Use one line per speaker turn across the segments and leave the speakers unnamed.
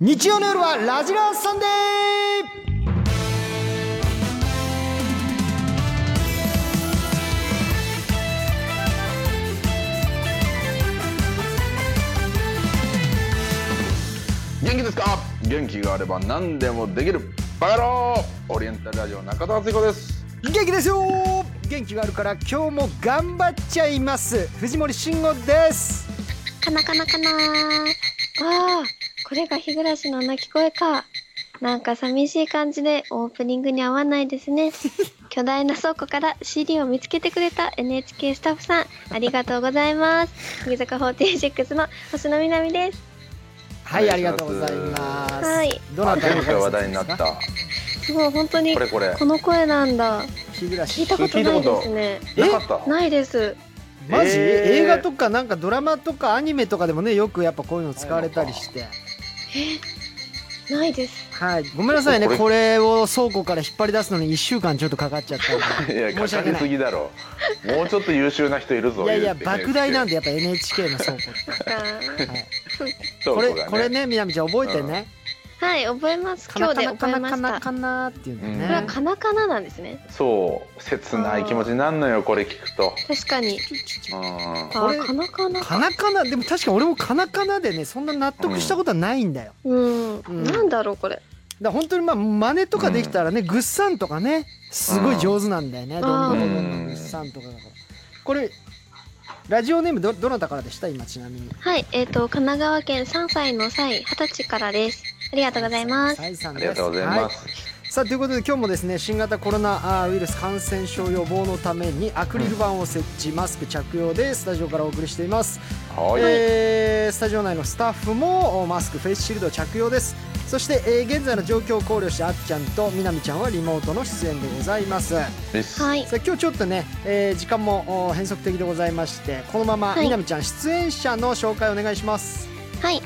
日曜の夜はラジラーサンデー
元気ですか元気があれば何でもできるバカ野郎オリエンタルラジオ中田敦彦です
元気ですよ元気があるから今日も頑張っちゃいます藤森慎吾です
かなかなかなー。ああ、これが日暮らしの鳴き声か。なんか寂しい感じでオープニングに合わないです ね。巨大な倉庫から CD を見つけてくれた NHK スタッフさん、ありがとうございます。乃木坂46の星野みなみです。
はいありがとうございます
はい
どなた
前
の
回話題になった
すごい、本当に
これこれ
この声なんだ。
日暮ら
聞
し
い
た
ことないですね。
なかった
ないです。
マジ、
えー
映画とかなんかドラマとかアニメとかでもねよくやっぱこういうの使われたりして
ないです。
はいごめんなさいね
これ
これを倉庫から引っ張り出すのに1週間ちょっとかかっちゃったんで
いや
申し
かか
訳
り
ない
すぎだろもうちょっと優秀な人いるぞ
いやい
言
や
うて
莫大なんでやっぱ NHK の倉庫って、
あ ー
はい、
そう
これ
そうだ
これねみなみちゃん覚えてね、
はい、覚えます。
か
今
な
日
か
で
なか
覚え
な
ま
か
し
な
た。
かなっていうの
これは
ね、
カナカナなんですね。
そう切ない気持ちになんのよこれ聞くと
確かに。
うん
あ
これ
ー、カナカナ。
かなかなでも確か俺もかなかなでねそんな納得したことはないんだよ、
うん、
うん
なんだろうこれ。
だから本当にまあ真似とかできたらね、ぐっさんとかねすごい上手なんだよね、
ん
どんどんどんどんぐっさんとかだからこれラジオネームどどなたからでした今ちなみに
はい、えっ、と神奈川県3歳の歳二十歳からです。ありがとうございます。
サイさん
あり
で
がとうござい
は
ます、
さあということで今日もですね新型コロナあーウイルス感染症予防のためにアクリル板を設置、マスク着用でスタジオからお送りしています、
はい、
えースタジオ内のスタッフもおマスクフェイスシールド着用ですそして、えー現在の状況を考慮してあっちゃんとみなみちゃんはリモートの出演でございますさ
です
は
はい
い、
あ今日ちょっとね、えー時間もお変則的でございましてこのまま
はい
みなみちゃん出演者の紹介お願いします
はい。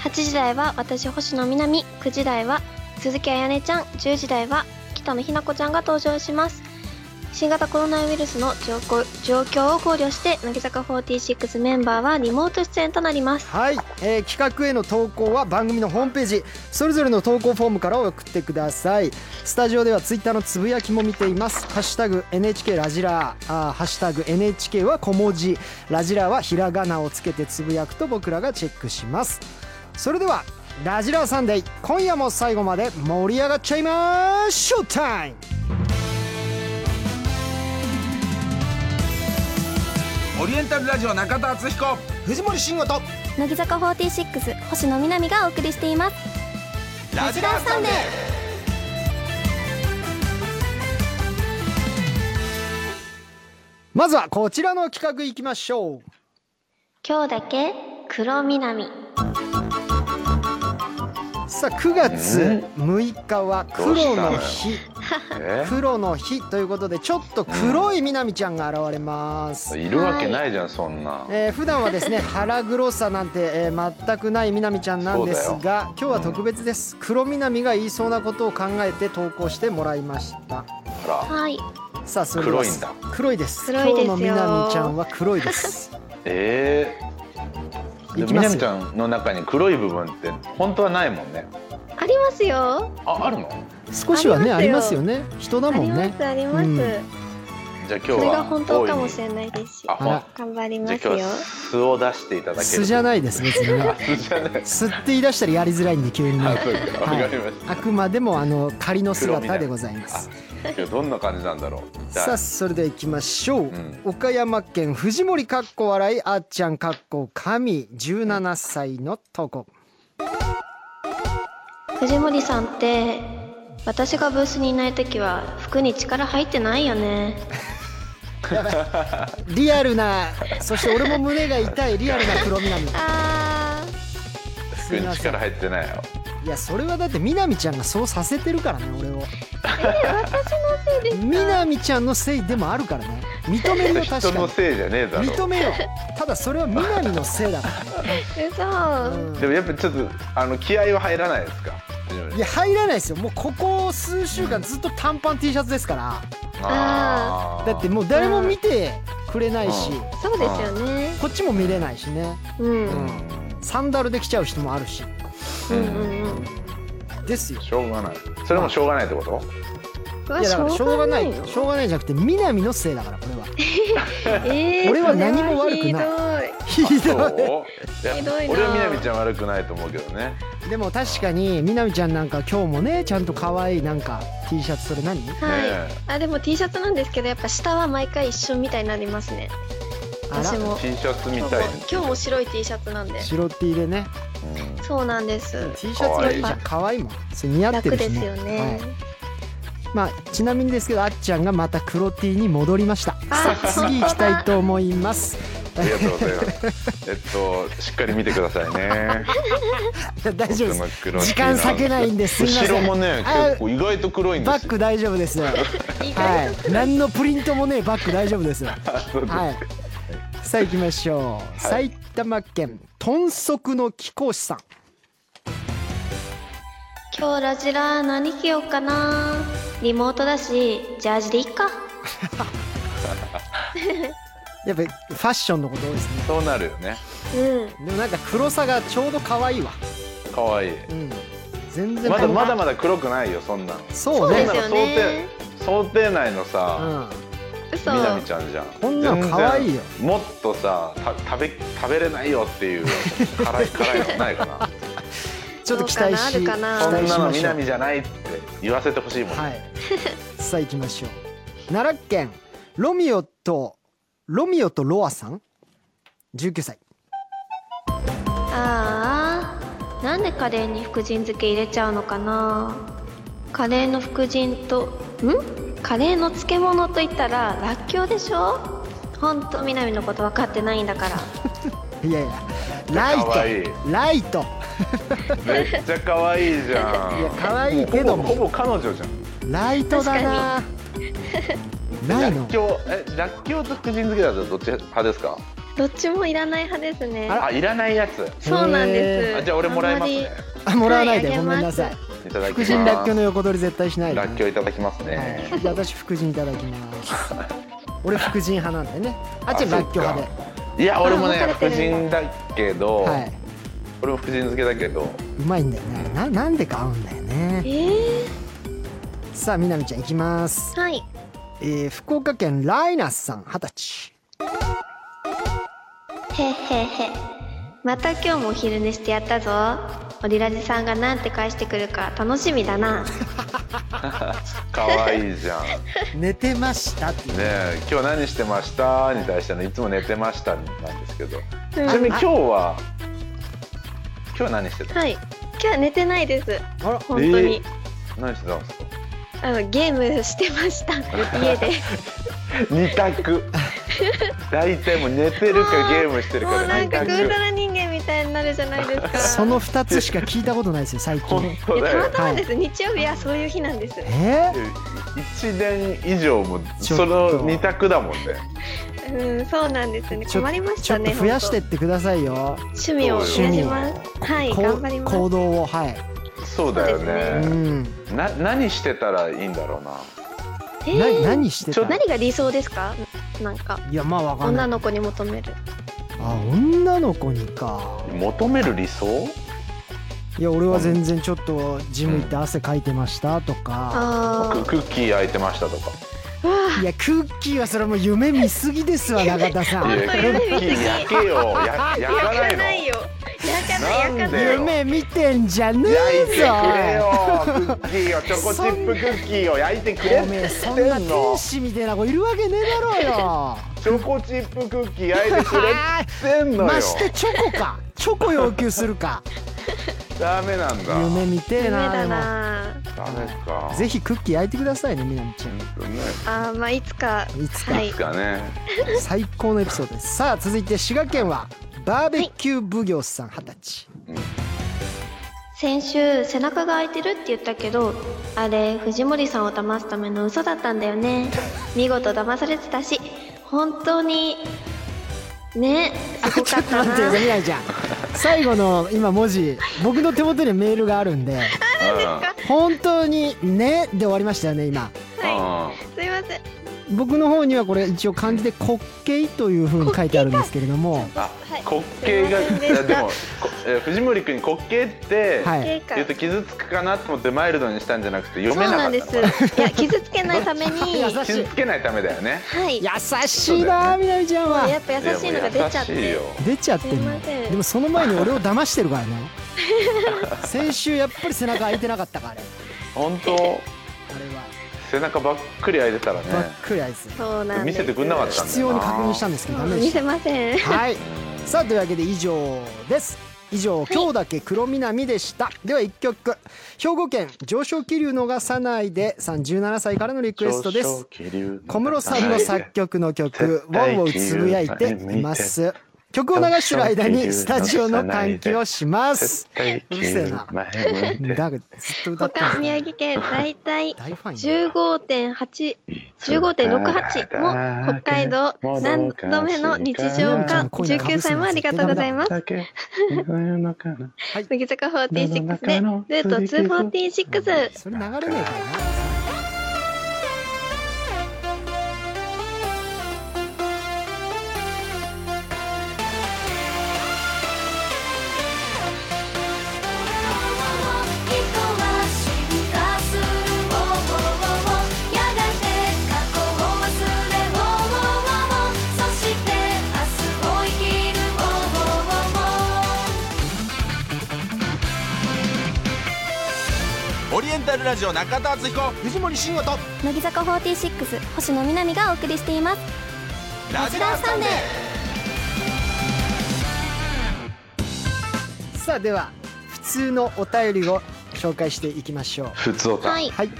8時台は私星野みなみ、9時台は鈴木あやねちゃん、10時台は北野ひなこちゃんが登場します。新型コロナウイルスの状況状況を考慮して乃木坂46メンバーはリモート出演となります。
はい、えー企画への投稿は番組のホームページそれぞれの投稿フォームから送ってくださいスタジオではツイッターのつぶやきも見ています「ハッシュタグ #NHK ラジラー」あー「ハッシュタグ #NHK は小文字」「ラジラー」はひらがなをつけてつぶやくと僕らがチェックしますそれでは「ラジラーサンデー」今夜も最後まで盛り上がっちゃいまーショータイム
オリエンタルラジオ中田敦彦
藤森慎吾と
乃木坂46星野みなみがお送りしています。
ラジ
ラーサンデー
まずはこちらの企画いきましょう
今日だけ黒みなみ。
さあ9月6日は黒の
どう
日
え
黒の日ということでちょっと黒いみなみちゃんが現れます、
いるわけないじゃんそんな
えー普段はですね 腹黒さなんて、えー全くないみなみちゃんなんです
そう
が今日は特別です黒みなみが言いそうなことを考えて投稿してもらいました
ほら
はい。
さあそれでは
黒いんだ
黒いです
黒いです
今
よ
日のみなみちゃんは黒いです
えー、
い
で
き
み
ま
な
す
みちゃんの中に黒い部分って本当はないもんね
ありますよ。
ああるの
少しはねあ
あ
り
り
ま
ますす
よ
よ
ね人だ
あ
も
り
ん
ま
ね
すあります。
うん
じゃあ今日は
それが本当かもし
ない
れないですし
あ、、ほん
あら
頑張り
じゃ
ま
あ
す
今
よ
日。素を出していただける
素じゃないいです別に ね
素じゃない
素って言い出したらやりづらいんで急にね
あそうかわ
はい
かりまし
あくまでもあの仮の
黒みた
姿
い
でございます
た今日どんな感じなんだろうじゃ
さ
あ
あそれでは行きましょう、
ん
岡山県藤森かっこ笑いあっちゃんかっこ神17歳の投稿
藤森さんって、私がブースにいないときは服に力入ってないよね。
リアルなそして俺も胸が痛いリアルな黒みなみ
あ
す
服
い
に
ません
力入ってないよ
いやそれはだってみなみちゃんがそうさせてるからね俺を
ーで
みなみちゃんのせいでもあるからね認めるよ確
人
かに
のせいじゃねえだろ
認めようただそれはみなみのせいだか
嘘
ら、 うん
でもやっぱちょっとあの気合は入らないですか
いや入らないですよもうここ数週間ずっと短パン T シャツですから、
あー
だってもう誰も見てくれないし、
うん
そうですよね。
こっちも見れないしね、
うん。うん
サンダルで来ちゃう人もあるし
うんうんうん。
ですよ
しょうがないそれもしょうがないってこと
わ
いやだからしょうがない
しょ
しょうがないじゃなくて南のせいだからこれは
えー
俺は何も悪くない
それはひどい
ひどい
そうや
ひどいな
俺はみなみちゃん悪くないと思うけどね
でも確かにみなみちゃんなんか今日もねちゃんと可愛いなんか T シャツそれ何
はい、
ね
あでも T シャツなんですけどやっぱ下は毎回一緒みたいになりますね
あら
私も
T シャツみ
今日も
たい
今日も白い T シャツなんで
白 T でね
うん
そうなんです
T シャツがいいじゃん可愛いもんそれ似合って
楽
るし、
で
ね、
すよね、
はいまあちなみにですけどあっちゃんがまた黒 T に戻りましたさあ次行きたいと思います
ありがとうございます。えっと、しっかり見てくださいね。
大丈夫です
僕の黒 T
時間割けないんですすいません
後ろもね、
あ
結構意外と黒いんで
バ
す
ッ
よ。
グ大丈夫です
意
は
外と
い、何のプリントもねえバッグ大丈夫ですよ。はい。さあ行きましょう。埼玉県豚足の貴公子さん。
今日ラジラ何着ようかなリモートだしジャージでいっか
やっぱりファッションのこと多いですね。
そうなるよね。
うん
でもなんか黒さがちょうど可愛いわ。
可愛い
うん。全
い。
然
まだ
こん
ま
な
だまだ黒くないよ、そんなの。
そう
そう
ね
で。すよね
そんなの想定想定内の
う
さ、
ん。
嘘
みなみちゃんじゃん。
こんなの可愛いよ
全然。もっとさ、た食べ食べれないよっていう 辛い辛いのないかな。
ちょっと期待し
ど
期
うかなある
そ
か
待
んな
し
の
ま
み
しょ
な
う
み。じゃないって言わせてほしいもんね。
はい。 さあ行きましょう。奈良県ロミオとロミオとロアさん、19歳。
ああなんでカレーに福神漬け入れちゃうのかなカレーの福神とんカレーの漬物といったららっきょうでしょほんと南のこと分かってないんだから
いやいや、ラ
可愛
イ
い
ト、ライト、
めっちゃ可愛いじゃん。
いや可愛いけども
ほぼほぼ彼女じゃん。
ライトだな。ない
ら
の
っき。ょうえらっきょうと福神漬けだとどっち派ですか
どっちもいらない派ですね
あいらないやつ
そうなんです
あじゃあ俺もらいますね
あ、もらわないで、
はいあ
ご
げます
めんなさい。
いただきま
福
す
神らっきょう
の
の横取り絶対しないで
ら
ね、
っきょういただきますね
はいじゃあ私福神いただきます。俺福神派なんでね。あっちはらっきょう派で。
いや俺もね
あ分か
福
れてる
神だけど、
はい。
俺も福神漬けだけど
うまいんだよね。な、なんでか合うんだよね。
えー、
さあ、みなみちゃんいきます。
はい
えー、福岡県ライナスさん、二十歳。
へっへっへまた今日もお昼寝してやったぞオリラジさんがなんて返してくるか楽しみだな
可愛い じゃんね
寝てましたっていう。
え今日何してましたに対してのいつも寝てましたなんですけどち
ん
なみに今日は今日は何してた
はい今日は寝てないです
あら、
本当に、
何してたんですか
あのゲームしてました 家で
二択 大体もう寝てるかゲームしてる
も
かで
うな
二
んか
択
ぐうたら人間みたいになるじゃないです か
その二つしか聞いたことないですよ、最
本
近。
当
いや
だ
た
よ
またまです、日曜日はそういう日なんです
えー、
一年以上も
ちょっと
その二択だもんね
うんそうなんですね
ちょ
困りまし
ちょ
た
っ
ね
と増やしてってくださいよ。
本当趣味を
そうよ
増やしますはい
こう
頑張ります
行動をはい。
そうだよ
う
ね
ん。
な何してたらいいんだろうな
え
な
ー
何して
ちょ
た
っ
の
と
何が理想ですかなんか
いやまあわかんな
女
い
の子に求める
あ女の子にか
求める理想
いや俺は全然ちょっとジム行って汗かいてましたとか、
あ
ク
ー
クッキー焼いてましたとか
いやクッキーはそれもう夢見すぎですわ中田さ
いや
ん
本当夢見すぎ
クッキー焼けよや焼か
焼
な
か
いの
ないよ焼かない
なん
焼か
で
ない
よ
夢見てんじゃね
焼いてく
え
れよクッキーをチョコチップクッキーを焼いてくれ
ぞ
っ
おめえ
て
そ
言っ
んな
てんの
天使みたいな子いるわけねえだろうよ
チョコチップクッキー焼いてくれってんのよ
ましてチョコかチョコ要求するか
ダメなんだ
夢見てえ
夢
な
だな
ダメ
で
か
もぜひクッキー焼いてくださいねみなみちゃん
ひね
あーまあいつか
いつか
はい
いつかね
最高のエピソードですさあ続いて滋賀県はバーベキュー奉行さん二十
先週背中が空いてるって言ったけどあれ藤森さんを騙すための嘘だったんだよね見事騙されてたし本当にねす
歳
ご
ち
か
ょ
っ
っと待
た
っ
な
てくださいみなみちゃん最後の今文字僕の手元にはメールがあるんで
何ですか
本当にねで終わりましたよね今
はいすいません
「僕の方にはこれ一応漢字で滑稽というふうに書いてあるんですけれども
あ
はい
滑稽が
すいませんでした
いやでも、こえー藤森君に滑稽って、
はい
滑稽か
言うと傷つくかなと思ってマイルドにしたんじゃなくて読
そう
めな
な
か
ん
っ
です
たのか
いや傷つけないため に
優
な
し
傷つけないためだよね
はい
優しいなみなみちゃん
や
は
っぱ優しいのが出ちゃっ
いやもう優しい
て
よ
出ちゃってる
すい
の
ません
でもその前に俺を騙してる からね先週やっぱり背中開いてなかったからあれ
本当
あれは
背中ばっくり開いてたらね
ばっくりあいつ
そうなんです
見せてくんなかったんだよな
必要に確認したんですけどダメで
見
し
せ
た
ません
はいさあというわけで以上です以上、今日だけ黒南でしたでは1曲兵庫県上昇気流逃さないでさん17歳からのリクエストです小室さんの作曲の曲「
絶
ウォ
対
ンをつぶやいています曲を流してる間にスタジオの換気をしますうるせえなだがずっと歌って
他
る
宮城県大体
大ファンよ
15.8 15.68も北海道何度目の日常化19歳もありがとうございます乃木坂46でルート246
それ流れねえからな
人は進化する」「やがて過去を忘れ」「そして明日を生きる」
オリエンタルラジオ中田敦彦
藤森慎吾と
乃木坂46星野みなみがお送りしています
ラジラーサンデー
さあでは普通のお便りを紹介していきましょう
ふつおた
はい
はい、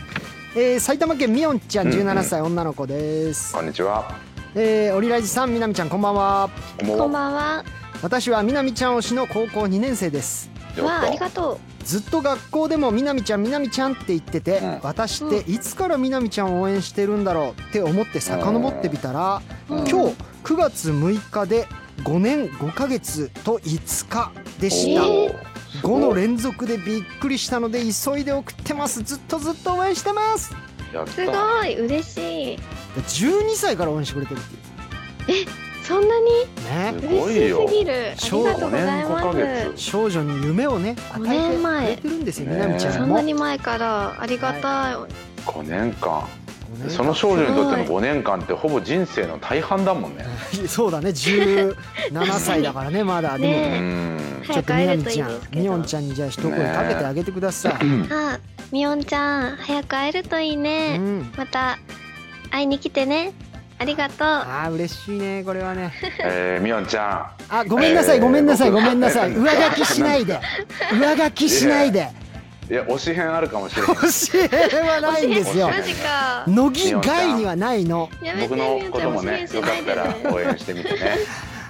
えー、埼玉県みおんちゃん17歳、女の子です
こんにちは
えー、オリラジさんみなみちゃんこんばんは
こ
こ
んばんは
私はみなみちゃん推しの高校2年生です
よ
わああり
っ
がと
ずっと学校でもみなみちゃんみなみちゃんって言ってて、
うん
私っていつからみなみちゃんを応援してるんだろうって思って遡ってみたら、
うん
今日9月6日で5年5ヶ月と5日で
と
した、
おー
5の連続でびっくりしたので急いで送ってますずっとずっと応援してます
やっ
う
た
すごい嬉しい
12歳から応援してくれてるってい
そんなに
うね
すごい
嬉し
よ
すぎるありがとうござい
五
ま
年
す
少女に夢をね与えて
5年
く
前
れてるんですよ
ね
みなみちゃ
そ
ん
ん
も
なに前からありがたい
5年間
5年
その少女にとっての5年間ってほぼ人生の大半だもんね
そうだね17歳だからねまだでも、
う
ね
ん
ちょっ
早
と
く
み
会え
な
る
み
といい
ちゃん
ですけど
みおんちゃんにじゃあ一声かけてあげてください、
あみおんちゃん早く会えるといいね
うん
また会いに来てねありがとうあ
あー嬉しいねこれはね
えー、みおんちゃん
あごめんなさい
えー
ごめんなさいご
僕
めんな さい
え
上書きしないで上書きしないで
いや推し編あるかもしれない
教えはないんですよ
マジか
乃木外にはないの
やめて
僕
み
の
おん
こ
ち
と
ゃん
も
教
ね
えし
よか
ない
った
でね
ら応援してみてね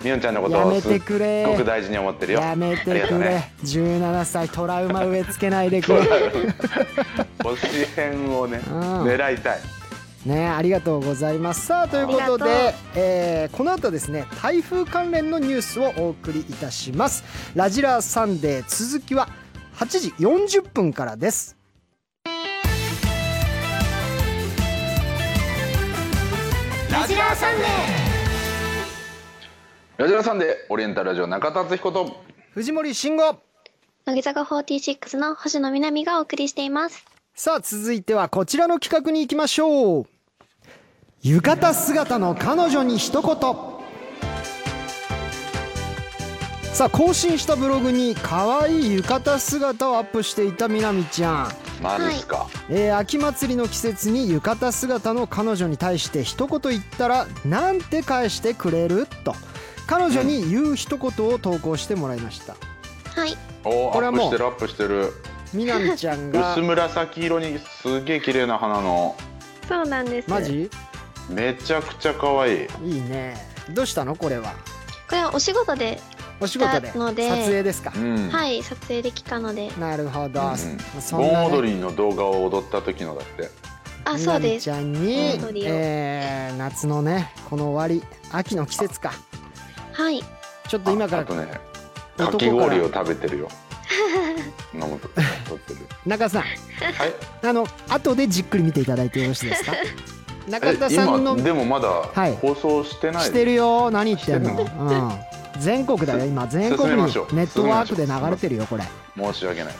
みおんちゃんのこと
や
を
め
すって
くれ
ごく大事に思ってるよ
やめてく
あ
れ
りがと うね
17歳トラウマ植え付けないでく
そう
れ
だよね推し編をね
ん
狙いたい
ねありがとうございますさあということ
ありが
で、えーこの後ですね台風関連のニュースをお送りいたしますラジラーサンデー続きは8時40分からです
ラジラーサンデ
ラジオさんでオリエンタルラジオ中田敦彦と
藤森慎吾
乃木坂46の星野みなみがお送りしています
さあ続いてはこちらの企画に行きましょう浴衣姿の彼女に一言さあ更新したブログに可愛い浴衣姿をアップしていたみなみちゃん
マジっすか、
えー秋祭りの季節に浴衣姿の彼女に対して一言言ったらなんて返してくれると彼女に言う一言を投稿してもらいました
はい
おー
これ
ア
は
ップ
もう
してるアップしてる
みなみちゃんが
薄紫色にすげえ綺麗な花の
そうなんです
マジ
めちゃくちゃ可愛い
いいねどうしたのこれは
これはお仕事で、
お仕事で
なので
撮影ですか
うん、
はい撮影できたので
なるほど、
うん
そん
盆
な、
踊
ね、
りの動画を踊った時のだって
あ
み
そ
な
うで
み
す
ちゃんに
盆、踊りを
えー夏のねこの終わり秋の季節か
はい
ちょっと今か
あ
ら
あとね
男から
かき氷を食べてるよ 飲むと撮ってる
中田さん
はい
あの後でじっくり見ていただいてよろしいですか中
え
田さん
今
の
でもまだ
はい
放送してない、
してるよ何言ってんの、
して
うん、全国だよ今全国
進め
にネ
ましょう
ットワークで流れてるよこれ
申し訳ない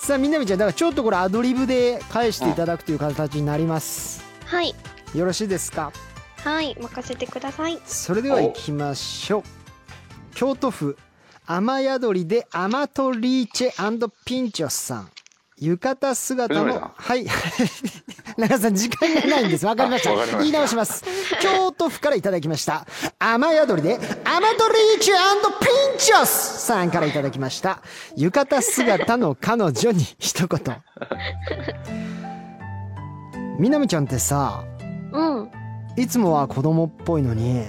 さあみなみちゃんだからちょっとこれアドリブで返していただくという形になります、
はい
よろしいですか
はい任せてください
それでは行きましょう京都府雨宿りでアマトリーチェピンチョスさん浴衣姿
藤森さ
の
ん
はい 中田さん時間がないんですわかりました
あわかりました
言い直します京都府からいただきました雨宿りでアマトリーチェピンチョスさんからいただきました浴衣姿の彼女に一 言みなみちゃんってさ
うん
いつもは子供っぽいのに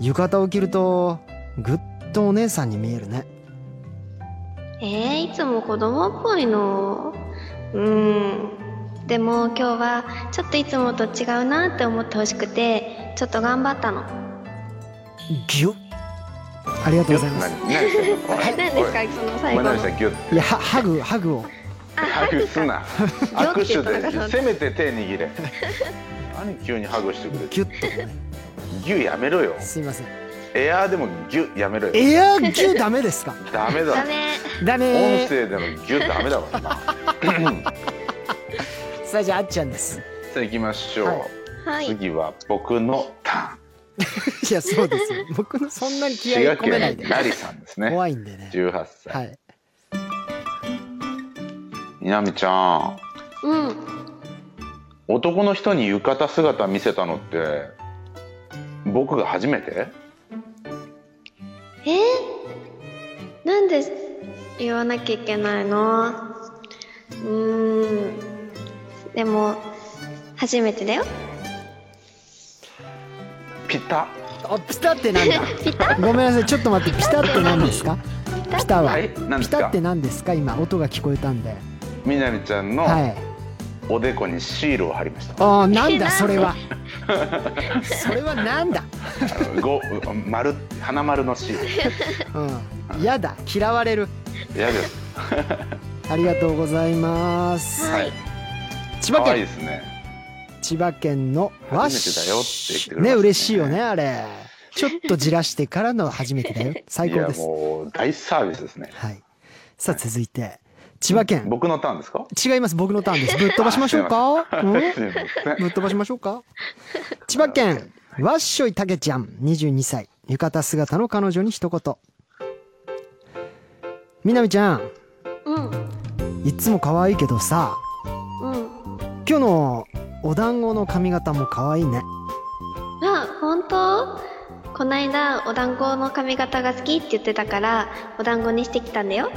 浴衣を着るとぐっとお姉さんに見えるね
えー、いつも子供っぽいのうんでも今日はちょっといつもと違うなって思ってほしくてちょっと頑張ったの
ギュッありがとうございます
何何して んのおい
何ですかその
お
最
いお
後
前
の
何したギュッ
いやはハグハグを
ハグすな
ハ
握
グか
手
ギョって言ったの
で
か
せめて手握れ何急にハグしてくれて
ギュッとね
ギュやめろよ
すいません
エアーでもギュやめろよ
エアギュダメですか
ダメだ
ダメ
ダ
音
メー
声でもギュダメ だわ今
さあじゃああっちゃんです
さあ行きましょう、
はい
はい
次は僕のタ
いやそうですよ僕のそんなに
ーン
気
滋
合
賀
い込めない
県
で
のガリさんですね
怖いんでね
18歳、
はい
みなみちゃん
うん
男の人に浴衣姿見せたのって僕が初めて
えー、なんで言わなきゃいけないのうーんでも初めてだよ
ピタ
あピタってなんだ
ピタ
ごめんなさいちょっと待ってピタって何ですかピタは
はい何で
ピ
すか
タって何ですか今音が聞こえたんで
みなみちゃんの
はい
おでこにシールを貼り ました、
ああなんだそれは それはなんだ
ご丸花丸のシー
うんやだ嫌われる
ル嫌です
ありがとうございます
はい
千葉
可愛い
県
ですね
千葉県の和紙
初めてだよって言ってくれましたね
ね嬉しいよねあれちょっとじらしてからの初めてだ よ最
い
高
や
です
もう大サービスですね
はいさあ続いて千葉県
僕のターンですか
違います僕のターンですぶっ飛ばしましょう か、うん
すいません
ぶっ飛ばしましょうか千葉県わっしょいたけちゃん22歳浴衣姿の彼女に一言みなみちゃん
うん
いっつも可愛いけどさ
うん
今日のお団子の髪型も可愛いね
あ本当こないだお団子の髪型が好きって言ってたからお団子にしてきたんだよ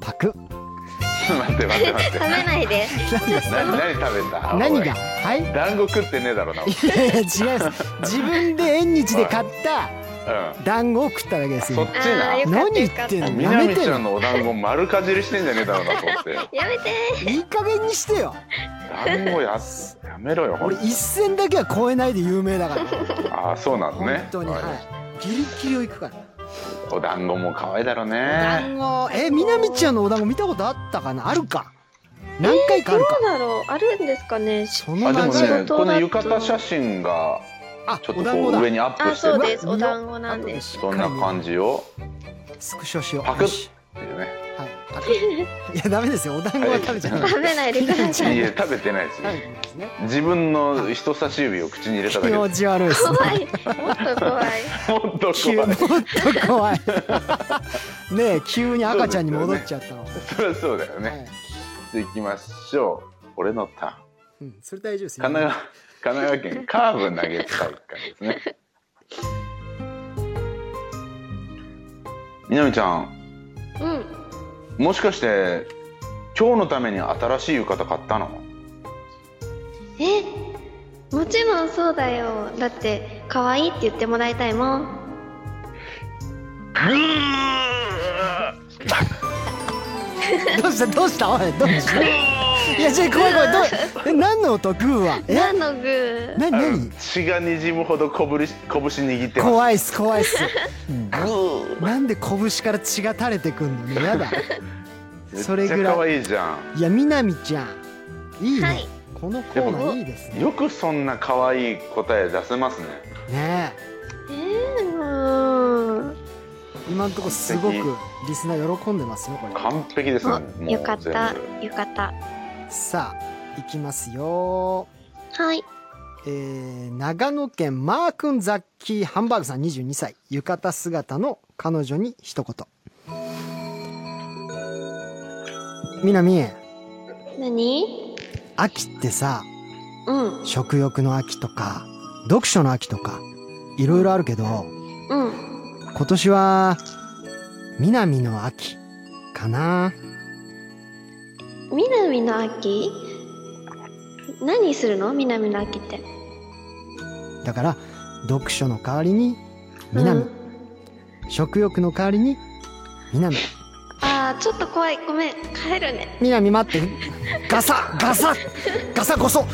パク
待って待って待っ
食べ
て
な いで
何何食べた
何が
おい
はい い
団子食ってねえだろうなおい
やいや違います自分で縁日で買った
う
団子を食っただけです
んそ
よ
っ
あー
ち
よ
何言ってん
な
の
み
や
な
め
み
て
ち
よ
ゃんのお団子丸かじりしてんじゃねえだろうなと 思って
やめて
いい加減にしてよ
団子ややめろよほん
俺一線だけは超えないで有名だから
ああそうなんですね
本当に、
わかりました
はいギリギリをいくから
お団子も可愛いだろうね
団子えみなみちゃんのお団子見たことあったかなあるか何回かあるか、
だろうあるんですかね
そ
あ
の
でも
長い
ね
団子
この浴衣写真が
あ
ちょっ
お
と
団
こ
子だ
う上にアップし
あ
て
そう
る
ですお団子なんです
す
そんな感じを
スクショしよう
パクッ
よし
っていうね
はいパク ッいやダメですよお団子は食べちゃダメ
食べないでください
いや食べてないですよ
食べてますね
自分の人差し指を口に入れただ
気
けで
持ち悪いですね
怖いもっと怖い
もっ と
急
怖
も
い
っと怖いねえ急に赤ちゃんに戻っちゃったの、
そりゃそうだよね、
はい
じゃあ行きましょう俺のターン
うん、それ大丈夫ですよ
神奈川神奈川県カーブ投げ大会ですねみなみちゃん
うん
もしかして今日のために新しい浴衣買ったの
えもちろんそうだよだって可愛いって言ってもらいたいもん
どうしたどうしたおいどうしたいやちょっと怖い怖いどうえ何の音グーはえ
何のグー
何
あ
何
の血がにじむほどこぶり拳握ってます
怖いっす怖いっす なんで拳から血が垂れてくんのねやだそれぐらい
めっちゃ可愛いじゃん
いやみなみちゃんいいね、
はい
このコーナーいいですね
よくそんな可愛い答え出せますね
ね
えもう
え今んとこすごくリスナー喜んでますよこれ
完璧ですね
あ
もう
よかった
全部
よかった
さあいきますよ
はい
えー長野県マー君ザッキーハンバーグさん22歳浴衣姿の彼女に一言南
何
秋ってさ
うん
食欲の秋とか読書の秋とかいろいろあるけど
うん
今年は南の秋かな
南の秋何するの南の秋って
だから読書の代わりに南、
うん
食欲の代わりに南
あーちょっと怖いごめん帰るね
南待ってガサガサガサゴソ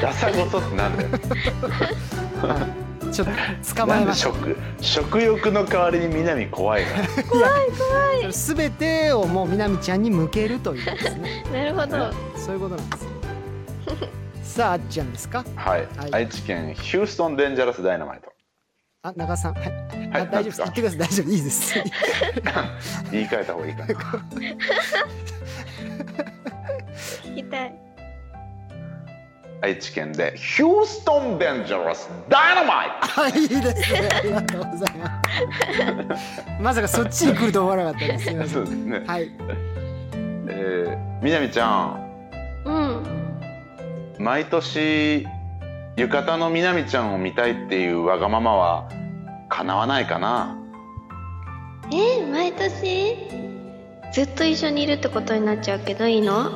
ダサごそってなんだよ
ちょっと捕ま
な
え
んで
まし
食食欲の代わりに南怖い
たすべてをもう南ちゃんに向けるというですね
なるほど
そういうことなんですよさああっちゃんですか
なはい、
はい
愛知県ヒューストンデンジャラスダイナマイト
あ長さんはい、
はい
あ大丈夫です言
なん
ってください大丈夫いいです
言い換えた方がいいかな
聞きたい
愛知県でヒューストンデンジャラスダイナマイト
はいいいですねありがとうございますまさかそっちに来ると思わなかったですすみませ
そうんですね、
はい
えー、南ちゃん
うん
毎年浴衣のみなみちゃんを見たいっていうわがままは叶わないかな
えー毎年ずっと一緒にいるってことになっちゃうけどいいの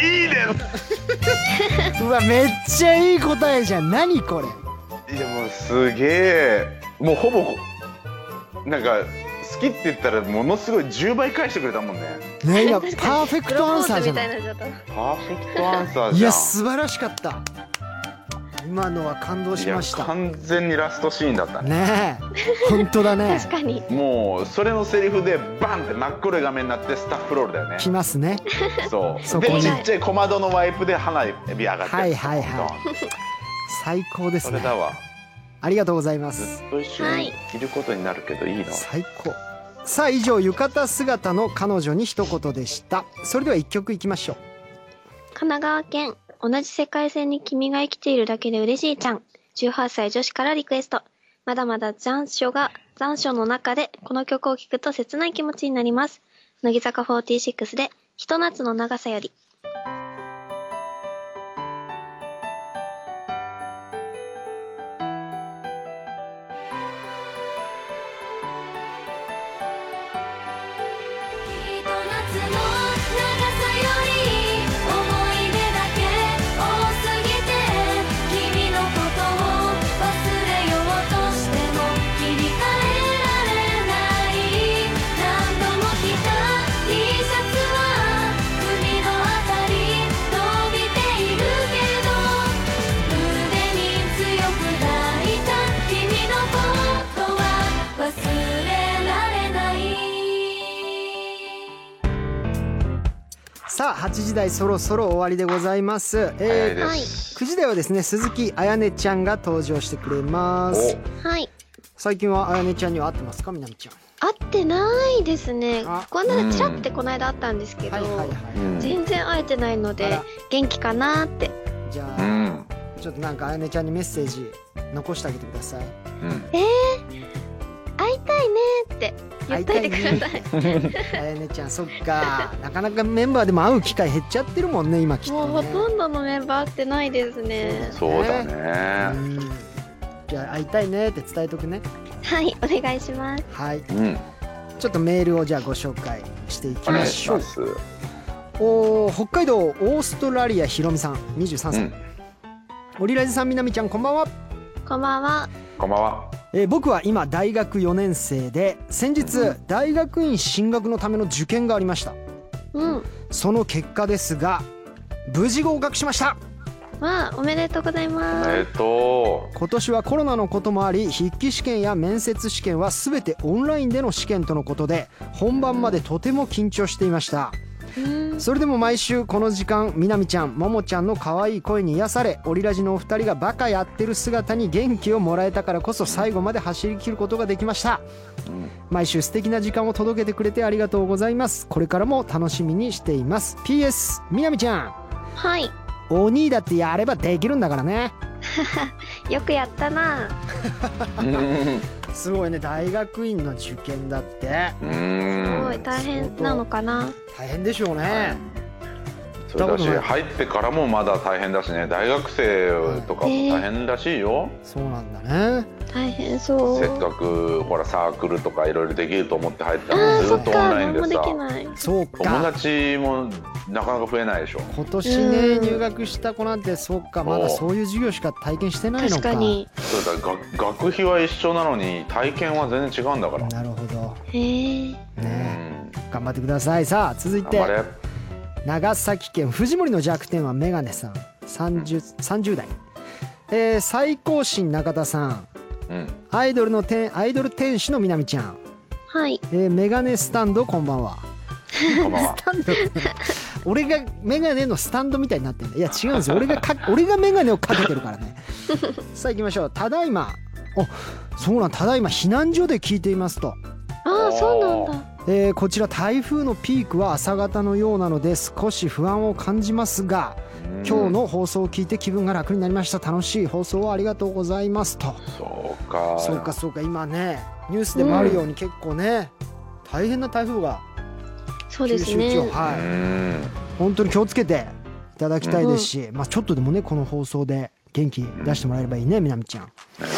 いいです
うわめっちゃいい答えじゃん何これ
いやもうすげえもうほぼなんか好きって言ったらものすごい10倍返してくれたもんね
ね今
確かに
パーフェクトアンサーじゃ
プロ
ない
ポズみたいになっちゃっ
パーフェクトアンサー
い
じゃん
や素晴らしかった今のは感動しまし
いや
たね
完全にラストシーンだったね
え本当だ
た
ね
確かに
もうそれのセリフでバンって真っ黒い画面になってスタッフロールだよね
来ますね
そう
そこ
で
に
ちっちゃい小窓のワイプで花火上がってる
はいはいはい
ドンって
最高です
それ
ね
だわ
ありがとうございま
ず
す
っと一緒にいることになるけどいいの、
最高さあ以上浴衣姿の彼女に一言でしたそれでは一曲いきましょう
神奈川県同じ世界線に君が生きているだけで嬉しいちゃん18歳女子からリクエストまだまだ残暑が残暑の中でこの曲を聴くと切ない気持ちになります乃木坂46で「ひと夏の長さより
「ひと夏の長さより思い出だけ思い出だけ」「多すぎて君のことを忘れようとしても切り替えられない」「何度も着た T シャツは首のあたり伸びているけど」「腕に強く抱いた君のことは忘れられない」
さあ8時台そろそろ終わりでございます、
早い
え
です、
ー、9時台はですね鈴木あやねちゃんが登場してくれます
はい
最近はあやねちゃんには会ってますかみなみちゃん
合ってないですね
あ
こんなでチラってこの間あったんですけど、
はいはいは
お、うん
全然会えてないの
あ
で
ら
元気かなーって
いじゃ
う
あ
ん
ちょっとなんかあやねちゃんにメッセージ残してあげてください
会いたいねーって言っといてください
あやねちゃんそっかなかなかメンバーでも会う機会減っちゃってるもんね今きっ
も
と
う
ね
ほとんどのメンバー会ってないですね
そうだ
う
ね。
んじゃあ会いたいねって伝えとくね
はいお願いします
はい
うん。
ちょっとメールをじゃあご紹介していき
お願
ま
い
し
し
ょ
ま
う
す。
おー北海道オーストラリアひろみさん23
う
歳、
ん。
オリラジさんみなみちゃんこんばんは
こんばんは
こんばんは。
えー僕は今大学4年生で先日大学院進学のための受験がありました
うん
その結果ですが無事合格しました
わあおめでとうございま
え
す
っと。
今年はコロナのこともあり筆記試験や面接試験は全てオンラインでの試験とのことで本番までとても緊張していました
うん
それでも毎週この時間みなみちゃんももちゃんの可愛い声に癒されオリラジのお二人がバカやってる姿に元気をもらえたからこそ最後まで走り切ることができました、毎週素敵な時間を届けてくれてありがとうございますこれからも楽しみにしています PS みなみちゃん
はい
鬼だってやればできるんだからね
よくやったな
うん
すごいね大学院の受験だって
うん
すごい大変なのかな
大変でしょうね、
それだし入ってからもまだ大変だしね大学生とかも大変らしいよ、
そうなんだね
大変そう
せっかくほらサークルとかいろいろできると思って入った
あ
の
ー
にず
そ
っ
っ
とオ
か
ンライン
何
で
もでき
さ
ない
そう
友
か
達もなかなか増えないでしょ
今年ね
うん
入学した子なんてそうかまだそういう授業しか体験してないの
確
か
かに
それだ学学費は一緒なのに体験は全然違うんだから、
なるほど
へえ
ね
うん
頑張ってくださいさあ続いて
頑張れ
長崎県藤森の弱点はメガネさん 30, 30代、えー最高神中田さん
うん
アイドルの天アイドル天使のみなみちゃん、
はい
えーメガネスタンドこんばんは
こんばんは
俺がメガネのスタンドみたいになってんだいや違うんですよ俺が か俺がメガネをかけてるからねさあ行きましょうただいまあそうなんただいま避難所で聞いていますと、
ああそうなんだ
えーこちら台風のピークは朝方のようなので少し不安を感じますが今日の放送を聞いて気分が楽になりました楽しい放送をありがとうございますと
そうか
そうかそうか今ねニュースでもあるように結構ね、大変な台風が
そう
九
で
州
す
地
ね
方、はい、
うん
本当に気をつけていただきたいですし、まあちょっとでもねこの放送で元気出してもらえればいいねみなみちゃん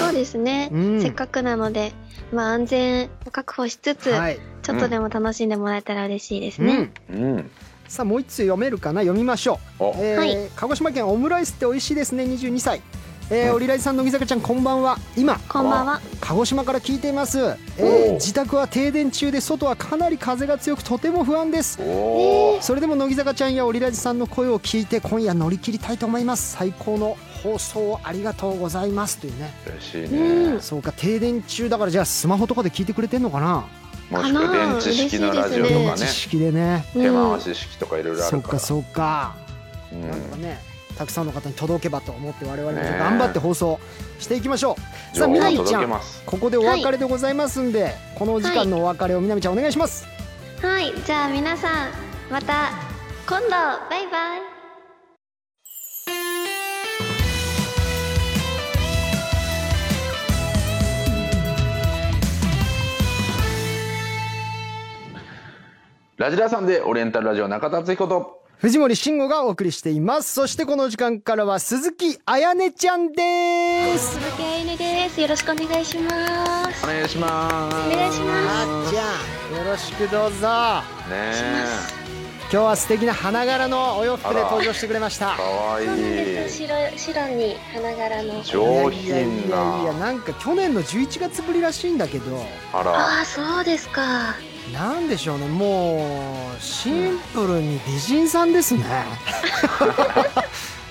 そうですね、
うん
せっかくなのでまあ安全を確保しつつ、
はい、
ちょっとでも楽しんでもらえたら嬉しいです
う
ね、
ん、
うん
さあもう一通読めるかな読みましょう
お、
えー
はい
鹿児島県オムライスって美味しいですね22歳えー、オリライさん乃木坂ちゃんこんばんは今
こんばんは
鹿児島から聞いています、え
お
ー
う
自宅は停電中で外はかなり風が強くとても不安です
おー
それでも乃木坂ちゃんやオリラジさんの声を聞いて今夜乗り切りたいと思います最高の放送をありがとうございますというね
嬉しいね
そうか停電中だからじゃあスマホとかで聞いてくれてんのかな
もしくは電池式のラジオとか
電
ね
池式でね
手
うん
回し式とかいろいろあ
そ
る
う
から
かそうか、
うん
なんとかねたくさんの方に届けばと思って我々も
ねえ
頑張って放送していきましょう、
情
さあ
報
みな
を
みちゃ
届け
ん
ます
ここでお別れでございますんで、このお時間のお別れをみなみちゃんお願いします、
はいじゃあ皆さんまた今度バイバイ
ラジラさんでオリエンタルラジオ中田敦彦と
藤森慎吾がお送りしていますそしてこの時間からは鈴木あやねちゃんです
鈴木あゆねですよろしくお願いします
お願いします
お願いします
あっちゃんよろしくどうぞ今
ねえ
日は素敵な花柄のお洋服で登場してくれました
かわいい
白白に花柄の
上
いやい
品
やいや
な
なんか去年の11月ぶりらしいんだけど
あら
ああそうですか
なんでしょうねもうシンプルに美人さんですね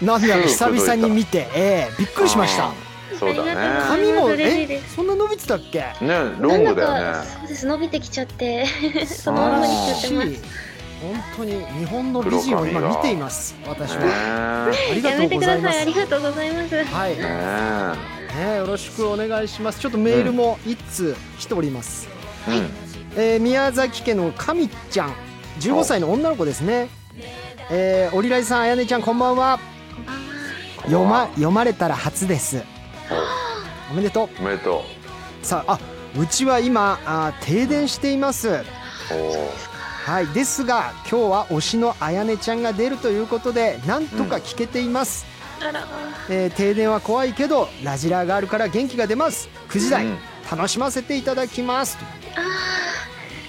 なんだか久々に見て、ええびっくりしました
うんそうだね
髪も
ありがとうございます
えそんな伸びてたっけ
ねロングだ
なん
よ
か
ね
そうです伸びてきちゃってそ
素
の
晴
ま
ら
まに
し
しちゃってます
い本当に日本の美人を今見ています私
ね
は、ありが
や
と
め
う
て
ご
く
ざ
だ
いま
さいあ
す
りがとうございます
はい
えね
ね、よろしくお願いしますちょっとメールも一通来ております、
えうん
えー宮崎家のかみちゃん15歳の女の子ですねえー、オリライさんあやねちゃんこんばんは読ま読まれたら初ですおめでと
おめでと
うさああうちは今あー停電しています
うおー
はいですが今日は推しのあやねちゃんが出るということでなんとか聞けています、
あら
えー停電は怖いけどラジラーがあるから元気が出ます9時台、
うん
楽しませていただきます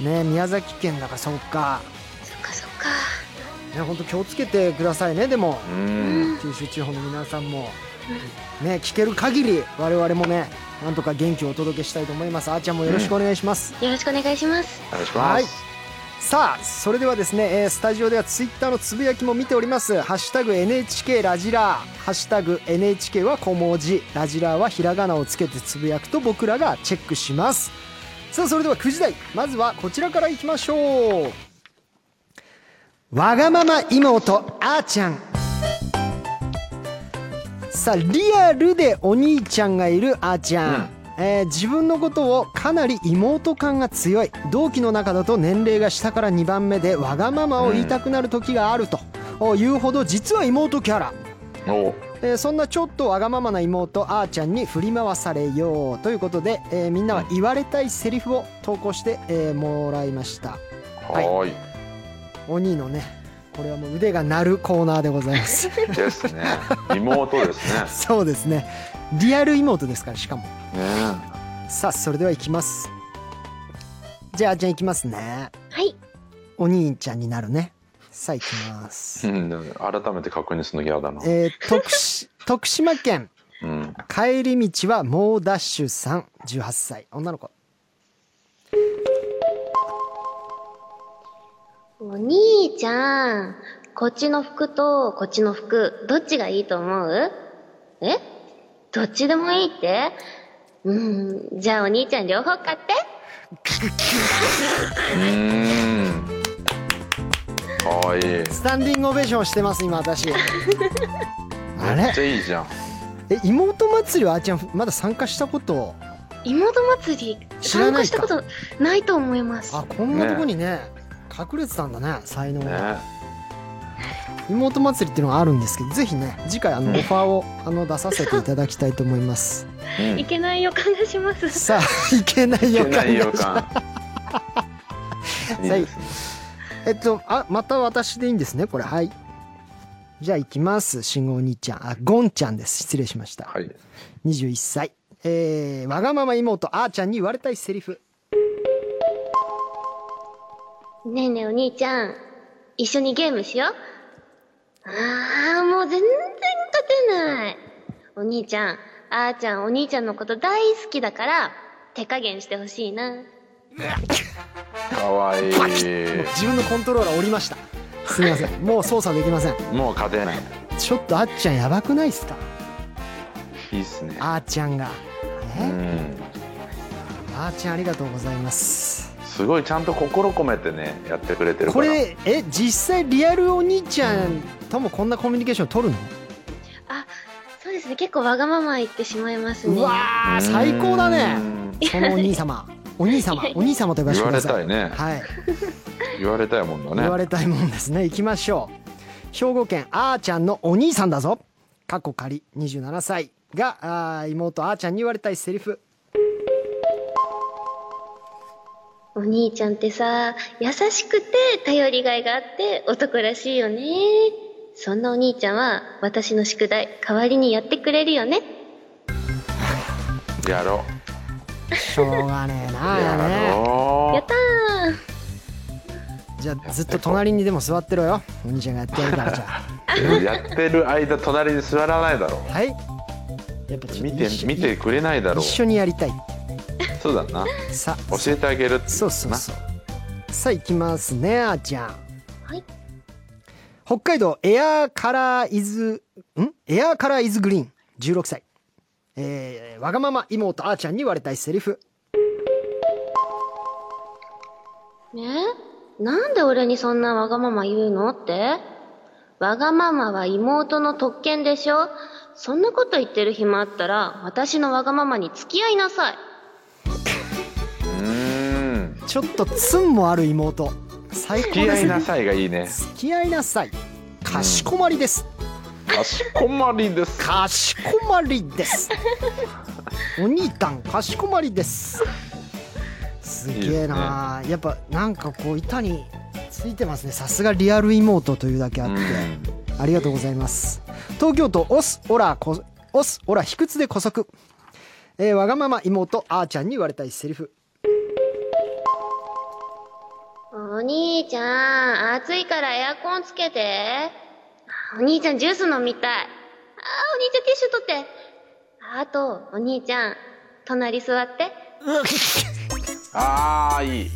ね宮崎県だからそうか、
そっかそっか
ね、本当気をつけてくださいねでも
うん
九州地方の皆さんも、ね、聞ける限り我々もねなんとか元気をお届けしたいと思いますあーちゃんもよろしくお願いします、
よろしくお願いします
お願いします
さあそれではですね、えースタジオではツイッターのつぶやきも見ております「ハッシュタグ #NHK ラジラー」「ハッシュタグ #NHK は小文字」「ラジラー」はひらがなをつけてつぶやくと僕らがチェックしますさあそれでは9時台まずはこちらからいきましょうわがまま妹あーちゃんさあリアルでお兄ちゃんがいるあーちゃん、えー自分のことをかなり妹感が強い同期の中だと年齢が下から2番目でわがままを言いたくなる時があるというほど実は妹キャラ、
おう
えーそんなちょっとわがままな妹あーちゃんに振り回されようということで、えーみんなは言われたいセリフを投稿して、えーもらいましたはい
はーい、
鬼のねこれはもう腕が鳴るコーナーでございます
ですね妹ですね
そうですねリアル妹ですからしかも
ね
さあそれではいきますじゃああーちゃんいきますね
はい。
お兄ちゃんになるねさあいきます
えうん改めて確認するの嫌だな、
えー、徳し徳島県
うん、
帰り道は猛ダッシュさん18歳女の子
お兄ちゃん、こっちの服とこっちの服、どっちがいいと思うえどっちでもいいってうん、じゃあお兄ちゃん両方買って。
うーんかわいいめっ
スタンディングオベーションしてます今私あれ
ちゃいいじゃん
え妹祭りはあーちゃんまだ参加したこと
妹祭り、
知ら
参
な
加
い
し
か
たことないと思います。
あこんなとこにね隠れてたんだね才能が、
ね
妹祭りっていうのがあるんですけどぜひね次回あのオファーをあの出させていただきたいと思います
うん
いけない予感がします。
さあいけ ない
い
予
けな
感
い予
が
感いいですね
えっとあまた私でいいんですねこれはいじゃあ行きます信号お兄ちゃんあゴンちゃんです失礼しました、
はい
21歳えー、わがまま妹あーちゃんに言われたいセリフ
ねえねえお兄ちゃん、一緒にゲームしよう。ああ、もう全然勝てない。お兄ちゃん、あーちゃんお兄ちゃんのこと大好きだから、手加減してほしいな。
かわいい
自分のコントローラー降りましたすみません もう操作できません
もう勝てない
ちょっとあっちゃんやばくないっすか
いいっすね
あーちゃんが
う
え、
ん
あーちゃんありがとうございます
すごいちゃんと心込めてねやってくれてるか
こ
ら
れえ実際リアルお兄ちゃんともこんなコミュニケーション取るの、
そうですね、結構わがまま言ってしまいます
う
ね。
わ
う
ー
ん
最高だねそのお兄様お 兄様お兄様と呼ばせ
言
て
わ
くだ
れた
さい
いね
はい、
言われたいもんだね
言われたいもんですね行きましょう兵庫県あーちゃんのお兄さんだぞ過去仮27歳があー妹あーちゃんに言われたいセリフ
お兄ちゃんってさ、優しくて頼りがいがあって男らしいよね。そんなお兄ちゃんは私の宿題代わりにやってくれるよね。
やろ
しょうがねえ
う
な
や
やね
や
ろ
ったー
じゃあずっと隣にでも座ってろよお兄ちゃんがやってやるからじゃあ
うやってる間隣に座らないだろ
はいやっぱちょっと
う見て
一緒
見てくれないだろ
一緒にやりたい
うんそうだな
さあ
教えてあげる
そうそう
な
そうさあ行きますねあーちゃん
はい
北海道エアーカラーイズんエアーカラーイズグリーン16歳えー、わがまま妹あーちゃんに言われたいセリフ
ねえなんで俺にそんなわがまま言うのってわがままは妹の特権でしょそんなこと言ってる暇あったら私のわがままに付き合いなさい
うん
ちょっとツンもある妹最高
付き
で
合
す
い
ね
なさいがいいね
付き合いなさいかしこまりです、
かしこまりです
かしこまりです。お兄たんかしこまりです。すげえなやっぱなんかこう板についてますね。さすがリアル妹というだけあ
う
っ
ん
て、ありがとうございます。東京都オスオラこオスオラ卑屈で姑息。えーわがまま妹あーちゃんに言われたいセリフ。
お兄ちゃん暑いからエアコンつけてお兄ちゃんジュース飲みたいあーお兄ちゃんティッシュ取ってあとお兄ちゃん隣座って
ああいい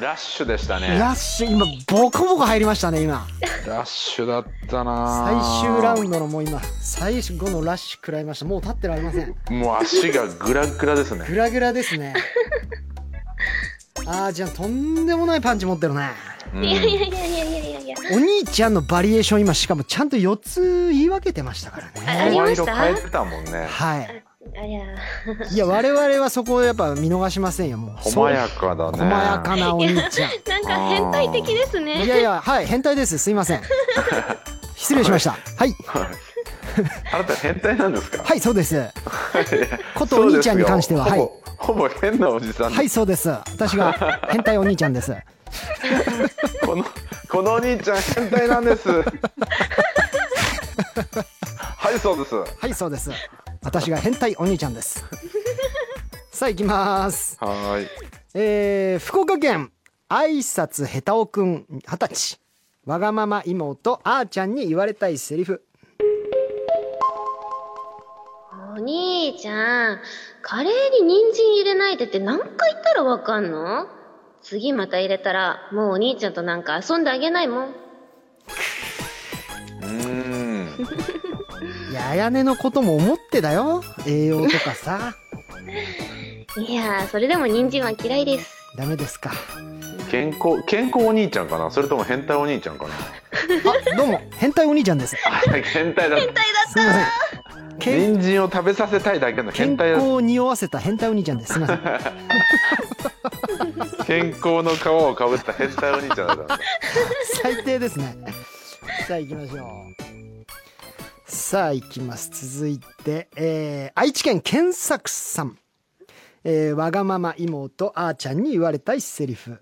ラッシュでしたね
ラッシュ今ボコボコ入りましたね今。
ラッシュだった
最
な
終ラウンドのもう今最後のラッシュ食らいました。もう立ってられません。
ドもう足がグラグラですね
グラグラですね。あーじゃあとんでもないパンチ持ってるね。
うん
いやいやいやいやいやいや
や。
お兄ちゃんのバリエーション今しかもちゃんと4つ言い分けてましたから
あり
ね。
ま
声
した
色変えてたもんね
はい。
ありゃ。
いや我々はそこをやっぱ見逃しませんよもう。
細やかだね
細やかなお兄ちゃん。
なんか変態的です
い
ね。
やいやはい変態ですすいません。失礼しました。はい
あなた変態なんですか
はいそうです。ことお
そうです
兄ち
よ
ゃんに関してははい
ほぼほぼ変なおじさん、
はいそうです。私が変態お兄ちゃんです。
このこのお兄ちゃん変態な んです
はい、そうです。
はいそうです。私が変態お兄ちゃんです。 さあ行きます。
はーい
えー福岡県挨拶下手おくん二十歳わがまま妹あーちゃんに言われたいセリフ
お兄ちゃん、カレーに人参入れないでって何回言ったらわかんの次また入れたら、もうお兄ちゃんとなんか遊んであげないもん。
うーん
いやあやねのことも思ってだよ栄養とかさ
いやー、それでも人参は嫌いです。
ダメですか
健康健康お兄ちゃんかなそれとも変態お兄ちゃんかな
あどうも変態お兄ちゃんです
あ変態だ
すいません健
人参を食べさせたいだけの
健
変態だ
康を匂わせた変態お兄ちゃんですすいません
健康の皮をかぶった変態お兄ちゃんだったんだ
最低ですねさあ行きましょうさあ行きます続いて、えー、愛知県健作さん、えー、わがまま妹あーちゃんに言われたいセリフ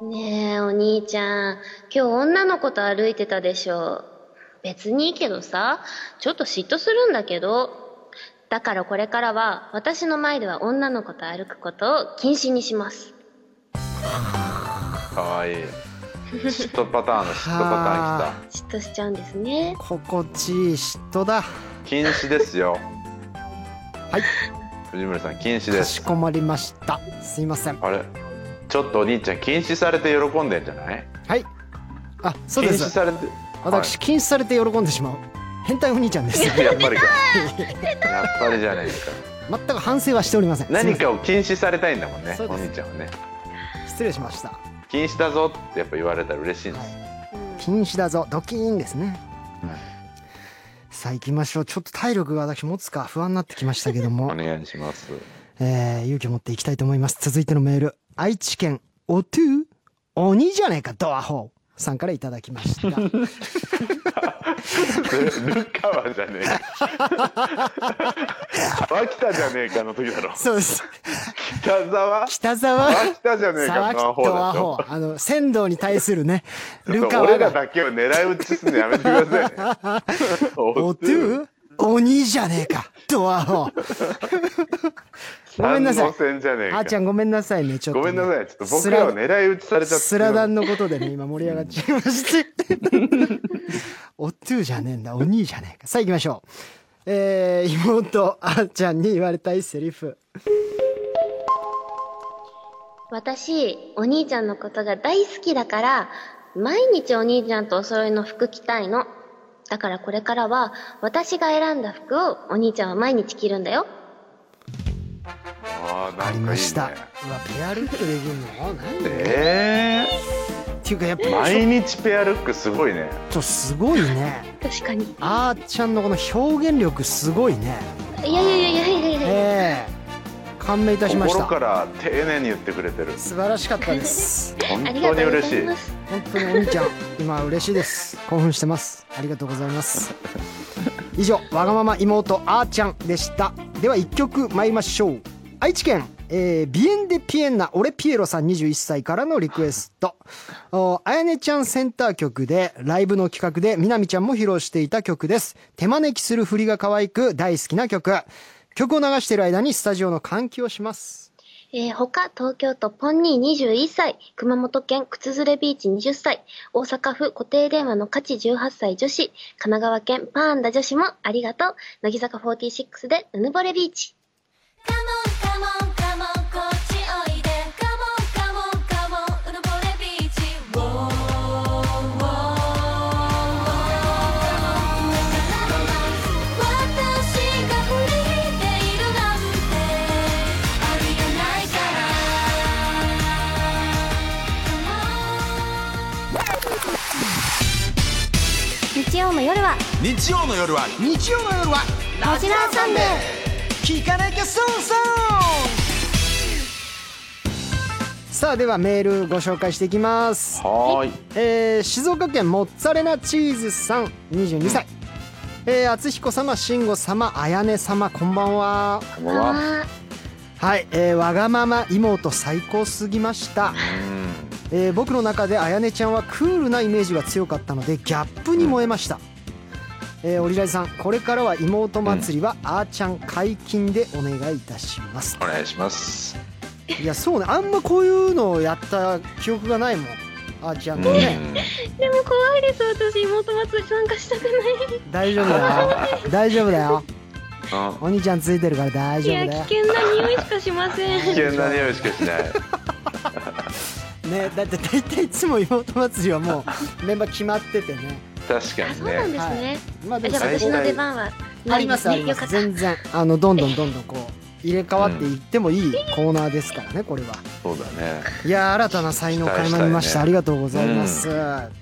ねえ、お兄ちゃん、今日女の子と歩いてたでしょ。別にいいけどさ、ちょっと嫉妬するんだけど。だからこれからは、私の前では女の子と歩くことを禁止にします。
かわいい嫉妬パターンの嫉妬パターンき
嫉妬しちゃうんですね。
心地いい嫉妬だ
た禁止ですよはい藤森さん禁止で
か
す
しこまりましたすいません
あれちょっとお兄ちゃん禁止されて喜んでんじゃない
はいあそう
禁
で
止
す
されて
私、禁止されて喜んでしまう変態お兄ちゃんです
はいやっぱりかやっぱりじゃないですか
全く反省はしておりませんすいません
何かを禁止されたいんだもんね
そう
お
です
兄ちゃんはね
失礼しました
禁止だぞってやっぱ言われたら嬉しいんです
禁止だぞドキーンですね、さあ行きましょうちょっと体力が私持つか不安になってきましたけど
お
も、
願いします
えー、勇気を持っていきたいと思います続いてのメール愛知県おとゥ鬼じゃねえかドアホーさんからいただきました
ルカワじゃねえか。秋田じゃねえかの時だろ。
そうです
北沢。
北沢
秋田じゃねえ
沢
か
木
の方
とア
だ
ホ
ろ。
ーあの仙道に対する ねルカワ
俺ら
が
だけを狙い撃ちするのやめてくださいね。
おとゥ鬼じゃねえかドアホ ーごめんなさい
三能線じゃねえか
あーちゃんごめんなさいねちょっと
ご
ね、
めんなさい。ちょっと僕らを狙い撃ちされちゃってる。
スラダンのことでね今盛り上がっちゃいましておっとゥじゃねえんだお兄じゃねえかさあ行きましょうえー、妹あーちゃんに言われたいセリフ
私、お兄ちゃんのことが大好きだから、毎日お兄ちゃんとお揃いの服着たいの。だからこれからは、私が選んだ服をお兄ちゃんは毎日着るんだよ。
あ
あ
ーなんかい
り
いね
ましたうわペアルックできるのなんで
え
っていうかやっぱ
ー、毎日ペアルックすごいね。
ちょっとすごいね
確かに。
あーちゃんのこの表現力すごいね
いやいやいやいやいやいや
ええ感銘いたしまし
心
た
から丁寧に言ってくれてる。
素晴らしかったです
本
ありが
当に
とうご
嬉し
ざい
い。
ます。
本当にお兄ちゃん今嬉しいです興奮してますありがとうございます以上わがまま妹あーちゃんでしたでは一曲参りましょう愛知県、えービエンデピエンナ俺ピエロさん21歳からのリクエストおあやねちゃんセンター曲でライブの企画でみなみちゃんも披露していた曲です手招きする振りが可愛く大好きな曲曲を流している間にスタジオの換気をします
えー、他、東京都ポンニー21歳、熊本県靴ずれビーチ20歳、大阪府固定電話の価値18歳女子、神奈川県パンダ女子もありがとう、乃木坂46でうぬぼれビーチ。
カモンカモンカモンこっちおいでカモンカモンカモンうぬぼれビーチウォーウォーウォー私が振り引いているなんてありえないから Come on 曜の夜は
日曜の夜は
日曜の夜は
ラジラーサンデー
聞かなきゃ損損さあではメールご紹介していきます、
はーい
えー静岡県モッツァレナチーズさん22歳、えー、厚彦様慎吾様あやね様こんばんは
こんばんは
はい、えーわがまま妹最高すぎました、えー僕の中であやねちゃんはクールなイメージが強かったのでギャップに燃えました、えーオリラジさんこれからは妹祭りはあーちゃん解禁でお願いいたします
お、願いします
いやそうねあんまこういうのをやった記憶がないもんあーちゃんとね、
でも怖いです私妹祭り参加したくない
大丈夫だ よ大丈夫だよ
うん
お兄ちゃんついてるから大
い
丈
や
夫だよ
危険な匂いしかしま せん
危険な匂いしかしない
ねだって大体いつも妹祭りはもうメンバー決まっててね
確か
あ
に
そうなん
ね
ですね、
まあで
あ
も
じゃあ
最
私
高
の出番
あ
は
りますあ
あ
り
り
ま
ますすね
全然あのどんどんどんどんこう入れ替わっていってもいいコーナーですからねこれは
そうだね
いやー新たな才能を垣間見ましたありがとうございます、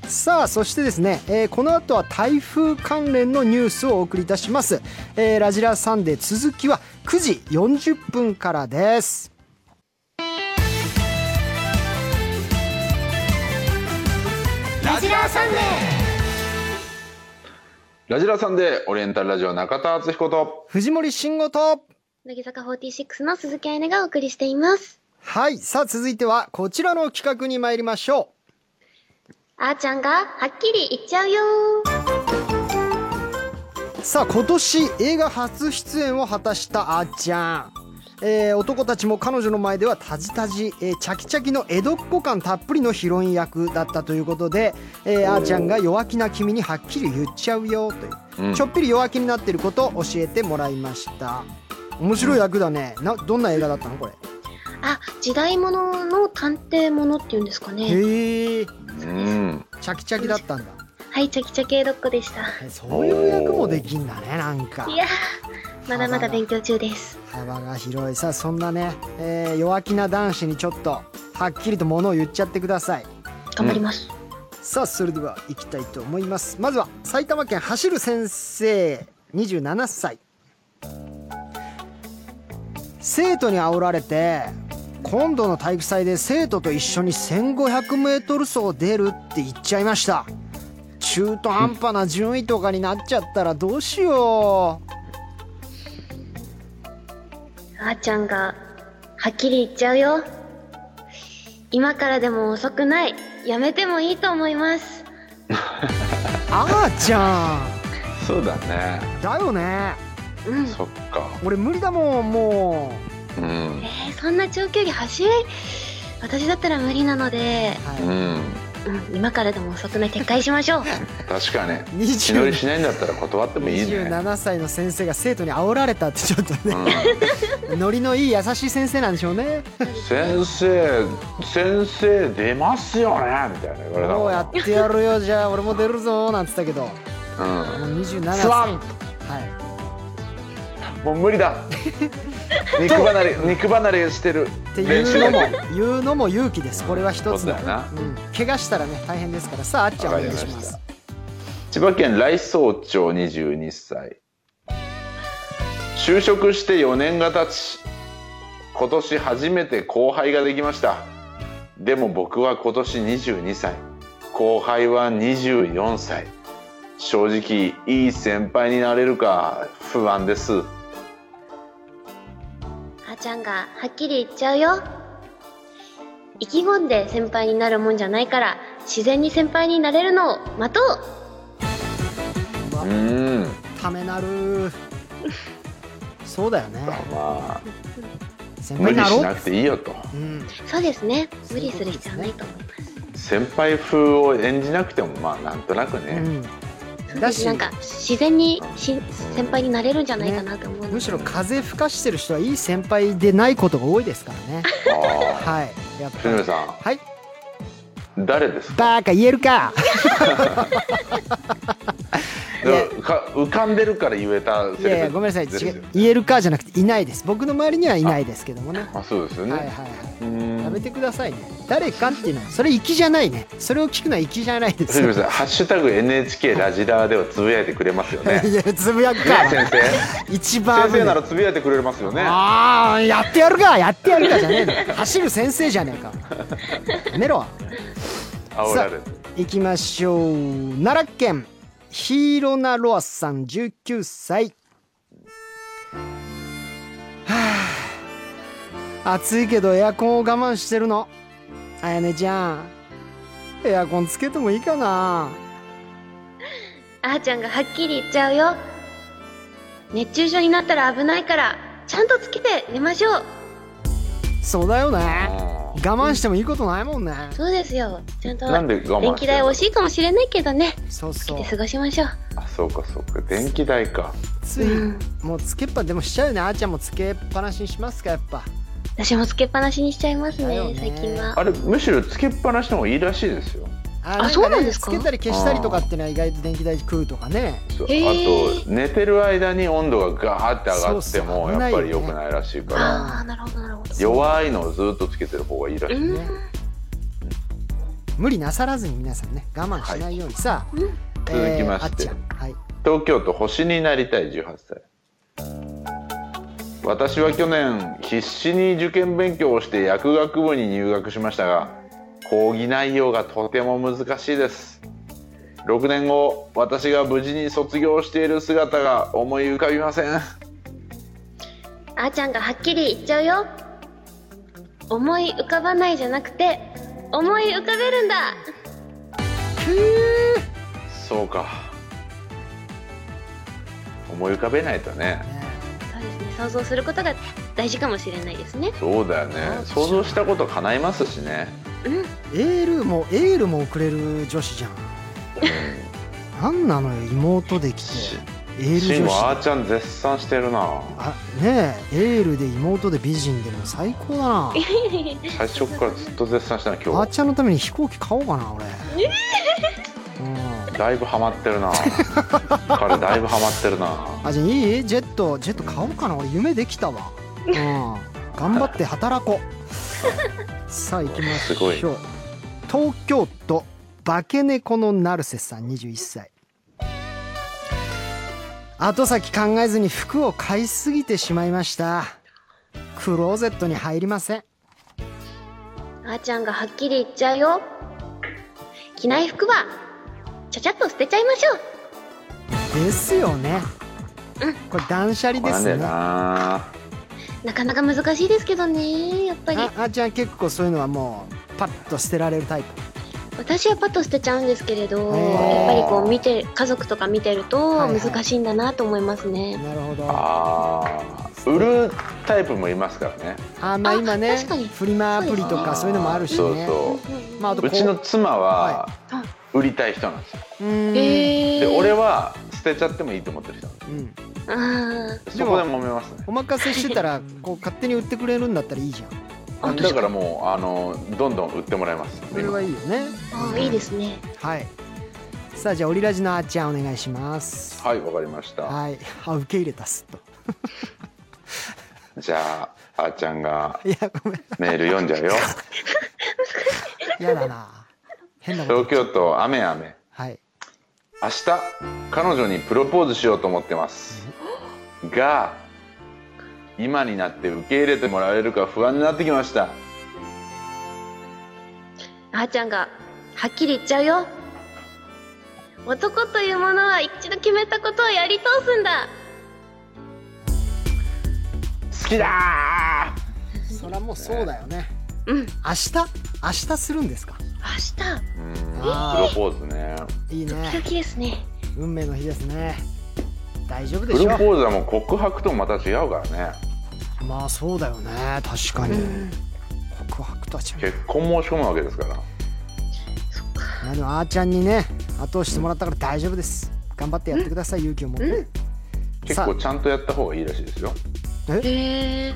さあそしてですね、えーこの後は台風関連のニュースをお送りいたします、えーラジラサンデー続きは9時40分からです
ラジラーサンデ
ラジラさんでオリエンタルラジオ中田敦彦と
藤森慎吾と
乃木坂46の鈴木愛音がお送りしています
はいさあ続いてはこちらの企画に参りましょ
あーちゃんがはっきり言っちゃうよ
うさあ今年映画初出演を果たしたあっちゃんえー男たちも彼女の前ではタジタジ、えーチャキチャキの江戸っ子感たっぷりのヒロイン役だったということで、えーあーちゃんが弱気な君にはっきり言っちゃうよという、ちょっぴり弱気になってることを教えてもらいました面白い役だねなどんな映画だったのこれ
あ時代物の探偵物っていうんですかね
へえ
うん
チャキチャキだったんだ
はいチャキチャキ江戸っ子でした
えそういう役もできんだねなんか
いやーまだまだ勉強中です
幅が広いさあそんなね、えー弱気な男子にちょっとはっきりとものを言っちゃってください
頑張ります、
さあそれでは行きたいと思いますまずは埼玉県走る先生27歳生徒に煽られて今度の体育祭で生徒と一緒に 1500m 走出るって言っちゃいました中途半端な順位とかになっちゃったらどうしよう
あーちゃんがはっきり言っちゃうよ今からでも遅くないやめてもいいと思います
あーちゃ
そうだね
んだよね
うん
そっか
俺無理だもんも
うん
えーそんな長距離走れ私だったら無理なので、
う、は
うん
うん、今からでも遅くない撤回し ましょう
確かに
い、
気乗り
20
しないんだったら断ってもいいね
27歳の先生が生徒に煽られたってちょっとね ノリのいい優しい先生なんでしょうね
先生先生出ますよねみたいな言われた
もうや
か
ってやるよじゃあ俺も出るぞなんつったけどもう
ら
27歳
スワン
は
うんもう無 理だ肉離れ肉離れしてる
い、ってい
練習
うの
だ
も
け
言うのも勇気ですこれは一つ
そう
の
だよな
うん、怪我したらね大変ですからさああっちゃんお願いしま
わ
す
か千葉県来総町22歳就職して4年が経ち今年初めて後輩ができましたでも僕は今年22歳後輩は24歳正直いい先輩になれるか不安です
あーちゃんがはっきり言っちゃうよ意気込んで先輩になるもんじゃないから自然に先輩になれるのを待とう
うん
ためなるそうだよね
まあ
先
無
輩に
理
な
し
ろ
な
う
くていいよと
うん
そうですね無理する必要はないと思います
先輩風を演じなくてもまあなんとなく
う
ね、
ん
そう
だ
で
し
すなんか自然にし先輩になれるんじゃないかなと思うので、
むしろ風吹かしてる人はいい先輩でないことが多いですから ね
ああ
はいやっぱ
藤
り
森さ
はい
ん誰ですか
バカ言えるかいや
でもか浮かんでるから言えたセリフ
いやいやごめんなさい
です
違
よ
う言えるかじゃなくていないです僕の周りにはいないですけどもね
あそうですよね、
はいはいは
うーん
いめてくださいね誰かっていうのはそれ粋じゃないねそれを聞くのは粋じゃないです
藤森さん「ハッシュタグ #NHK ラジラー」ではつぶやいてくれますよね
いやつぶやく
ね
か
先生
一番
先
危
生
な
ないらつぶやいてくれますよね
ああやってやるかやってやるかじゃねえの走る先生じゃねえかやめろ
煽られる
行きましょう奈良県ヒーロナロアスさん19歳はあ暑いけどエアコンを我慢してるのあやねちゃんエアコンつけてもいいかな
あーちゃんがはっきり言っちゃうよ熱中症になったら危ないからちゃんとつけて寝ましょう
そうだよね我
あ
慢してもいいことないもんね
そうですよちゃんと
ーなんで我慢してるの
電気代惜しいかもしれないけどね
そう
つけ
そう
て過ごしましょう
あそうかそうか電気代か
ついもうつけっぱでもしちゃうよねあーちゃんもつけっぱなしにしますかやっぱ
私もつけっぱなしにしちゃいます
だ
ね
よね
最近は
あれむしろつけっぱなしの方がいいらしいですよ
あ
あそうなんですか
つけたり消したりとかってのは意外と電気代食うとかね
そうあ
へー
と寝てる間に温度がガーって上がっ
そ
て
うそう
も
危
や
ないよ
っぱ
ね
り良くないらしいから
ああなるほどなるほど
弱いのをずっとつけてる方がいいらしい、
うん
ね無理なさらずに皆さんね我慢しないようにさ、
続きまして
あっちゃんはい
東京都星になりたい18歳私は去年必死に受験勉強をして薬学部に入学しましたが講義内容がとても難しいです6年後私が無事に卒業している姿が思い浮かびません
あーちゃんがはっきり言っちゃうよ思い浮かばないじゃなくて思い浮かべるんだ
そうか思い浮かべないとね
そうですね想像することが大事かもしれないですね
そうだよね想像したこと叶いますしね
エールもエールも送れる女子じゃんなんなのよ妹で来てエー
シ
ル
ン
女
は
子
あーちゃん絶賛してるな
あねえエールで妹で美人でもう最高だな
最初からずっと絶賛したの
あ
今
っちゃんのために飛行機買おうかな俺、うん
日だいぶハマっ てるな彼だいぶハマってるな
あじゃあいいジェットジェット買おうかな俺夢できた わ、うん、頑張って働こ うさあ行きまし
すごい
ょう東京都化け猫のナルセさん21歳後先考えずに服を買いすぎてしまいましたクローゼットに入りません
あーちゃんがはっきり言っちゃうよ着ない服はちゃちゃっと捨てちゃいましょう
ですよねこれ断捨離
これ
で
なん
す
だ
ね
よな
なかなか難しいですけどねやっぱり
ああちゃん結構そういうのはもうパッと捨てられるタイプ
私はパッと捨てちゃうんですけれどやっ
ー
ぱりこう見て家族とか見てると
はいはい
難しいんだなと思いますね、
なるほど
あー売るタイプもいますからね
あまあ
あ
今ね
確かに
フリマアプリと
あ
か
ー
そういうのもあるしね
そうそ
まあ、あと
う
こ
うちの妻は
は
売りたい人なんですよ
うーん、
え
で俺は捨てちゃってもいいと思ってる人なんで
うん
あ
すそこで揉めますね
お任せしてたらこう勝手に売ってくれるんだったらいいじゃん
あ
だからもうあのどんどん売ってもらいます
それはいいよね
あーいいですね
はいさあじゃあオリラジのあーちゃんお願いします
はいわかりました
はいあ受け入れたすっと
じゃああーちゃんが
いやごめん
メール読んじゃうよ
やだな変なこと
東京都雨雨
はい
明日彼女にプロポーズしようと思ってますが今になって受け入れてもらえるか不安になってきました
あーちゃんがはっきり言っちゃうよ男というものは一度決めたことをやり通すんだ
好きだ
そりゃもうそうだよね
うん
明日明日するんですか
ーうんプ
あ
ロポーズね
いい
明日
ね
時々ですね
運命の日ですね大丈夫で
プ
し
ロ
ょ
ポーズはもう告白ともまた違うからね
うまあそうだよね確かに、告白とは違う
結婚申し込むわけですから
まあでもあーちゃんにね後押ししてもらったから大丈夫です頑張ってやってください勇気を持って
結構ちゃんとやった方がいいらしいですよ
へえ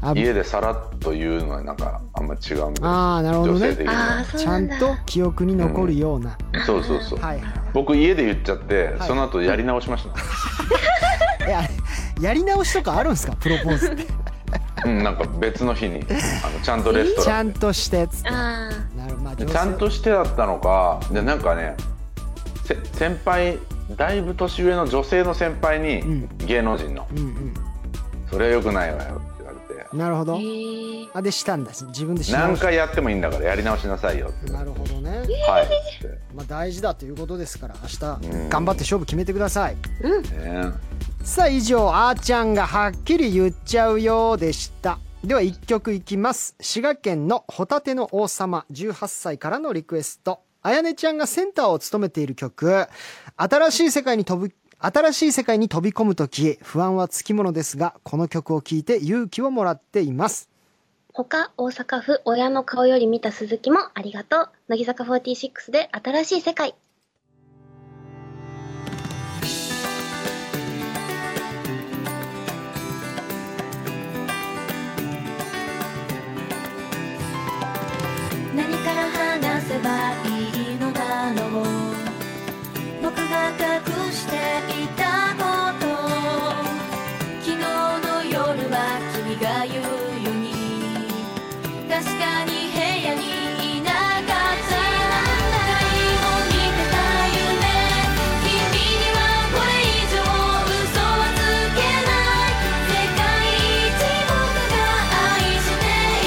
あ
家でさらっと言うのはなんかあんま違うんで
あーなるほど
女
ね
性的に
ああ
は
そう
ち
な
ゃ
ん
ん
だ
と記憶に残るような、
そうそうそう
はいは
僕家で言っちゃって、
はい
その後やり直しました
いいややり直しとかあるんですかプロポーズって
うん、なんか別の日にあのちゃんとレスト
ち
ラ
ゃ
ン
んとしてつって
ああ
なるほどまあ
で
女性
ちゃんとしてだったのかでなんかねせ先輩だいぶ年上の女性の先輩に、
ん
芸能人の
うん
「それはよくないわよ」って言われて
うんなるほど
へえ
あでしたんだ自分でし直
何
し
回やってもいいんだからやり直しなさいよって
なるほどね
はいっ
まあ大事だということですから明日
うん
頑張って勝負決めてください
つってね
さあ以上あーちゃんがはっきり言っちゃうよでしたでは1曲いきます滋賀県のホタテの王様18歳からのリクエストあやねちゃんがセンターを務めている曲新しい世界に飛ぶ新しい世界に飛び込む時不安はつきものですがこの曲を聴いて勇気をもらっています
他大阪府親の顔より見た鈴木もありがとう乃木坂46で新しい世界
何から話せばいいのだろう僕が隠していたこと昨日の夜は君が言うように確かに部屋にいなかった何回も見てた夢君にはこれ以上嘘はつけない世界一僕が愛してい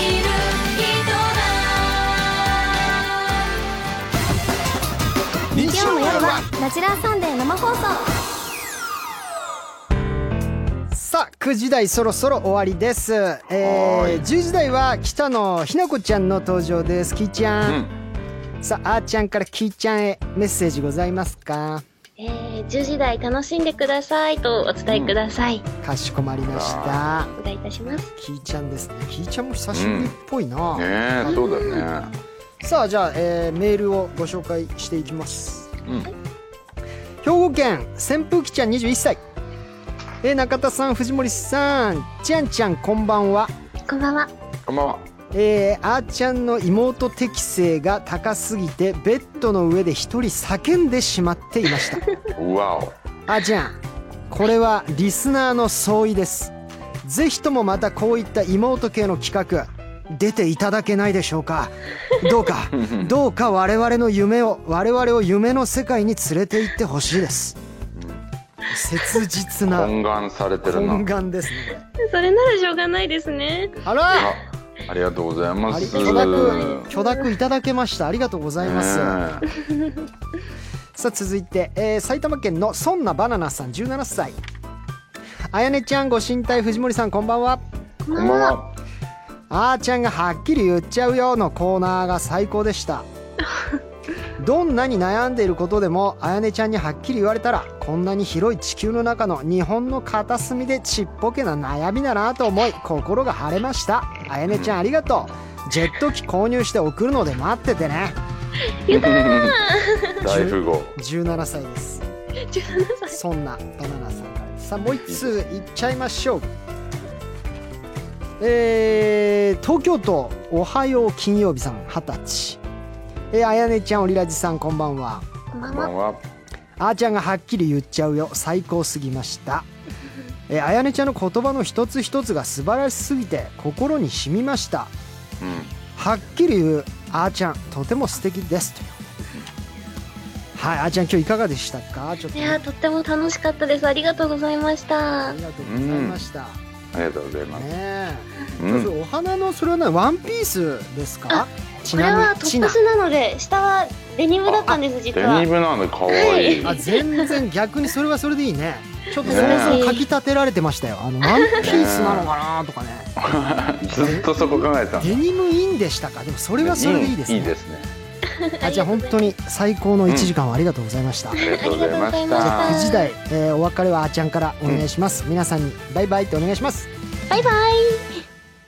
る人だ
日曜の夜は
ラジラーサンデー生放送
さあ9時台そろそろ終わりです、え
は
ー、
ー
10時台は北野ひなこちゃんの登場ですきーちゃん、さああーちゃんからきーちゃんへメッセージございますか
えー、10時台楽しんでくださいとお伝えください、
かしこまりました
お願いいたします
きーちゃんですねきーちゃんも久しぶりっぽいな、
うんねえそうだよね
さあじゃあ、えーメールをご紹介していきます、
うん
兵庫県扇風機ちゃん21歳えー中田さん藤森さんちゃんちゃんこんばんは
こんばんは
こんばんは
えー、あーちゃんの妹適性が高すぎてベッドの上で一人叫んでしまっていま した
うわお
あーちゃんこれはリスナーの相違ですぜひともまたこういった妹系の企画出ていただけないでしょうかど うかどうか我々の夢を我々を夢の世界に連れて行ってほしいです切実な
懇願されてるな
懇願ですね
それならしょうがないですね
あら
あありがとうございま
あり
す
許諾許諾いただけましたありがとうございます、
ね
さあ続いて、えー埼玉県のそんなバナナさん17歳あやねちゃんご神体藤森さんこんばんは
えこんばんは
あーちゃんがはっきり言っちゃうよのコーナーが最高でしたどんなに悩んでいることでもあやねちゃんにはっきり言われたらこんなに広い地球の中の日本の片隅でちっぽけな悩みだなと思い心が晴れましたあやねちゃんありがとうジェット機購入して送るので待っててね
大富豪
17歳ですそんなバナナさんからですさあもう一通いっちゃいましょうえー東京都おはよう金曜日さん二十歳えーあやねちゃんオリラジさんこんばんは
こんば
こ
ん
んば
は
んは
あーちゃんがはっきり言っちゃうよ最高すぎましたえーあやねちゃんの言葉の一つ一つが素晴らしすぎて心に染みました
うん
はっきり言うあーちゃんとても素敵ですというはいあーちゃん今日いかがでしたかちょっと
いやーとっても楽しかったですありがとうございました
ありがとうございました。
ありがとうございます
ねえ、
うん
そうそうお花のそれはなワンピースですか？ち
これ
な
は
み
ト
にち
ッ
な
プスなので下はデニムだったんです実
デ
は
ニムなのかわいい
あ全然逆にそれはそれでいいね。ちょっと
ね
そもそもかき立てられてましたよ。あのワンピースなのかなとかね。
ずっとそこ考えてた
デニムインでしたか？でもそれはそれでいいです
いい
ね。
ですね
あじゃあ本当に最高の1時間をありがとうございました。
ありがとうございま
ありが
し
とうございま
た
した
9時台、えーお別れはあーちゃんからお願いします。皆さんにバイバイってお願いします。
バイバイ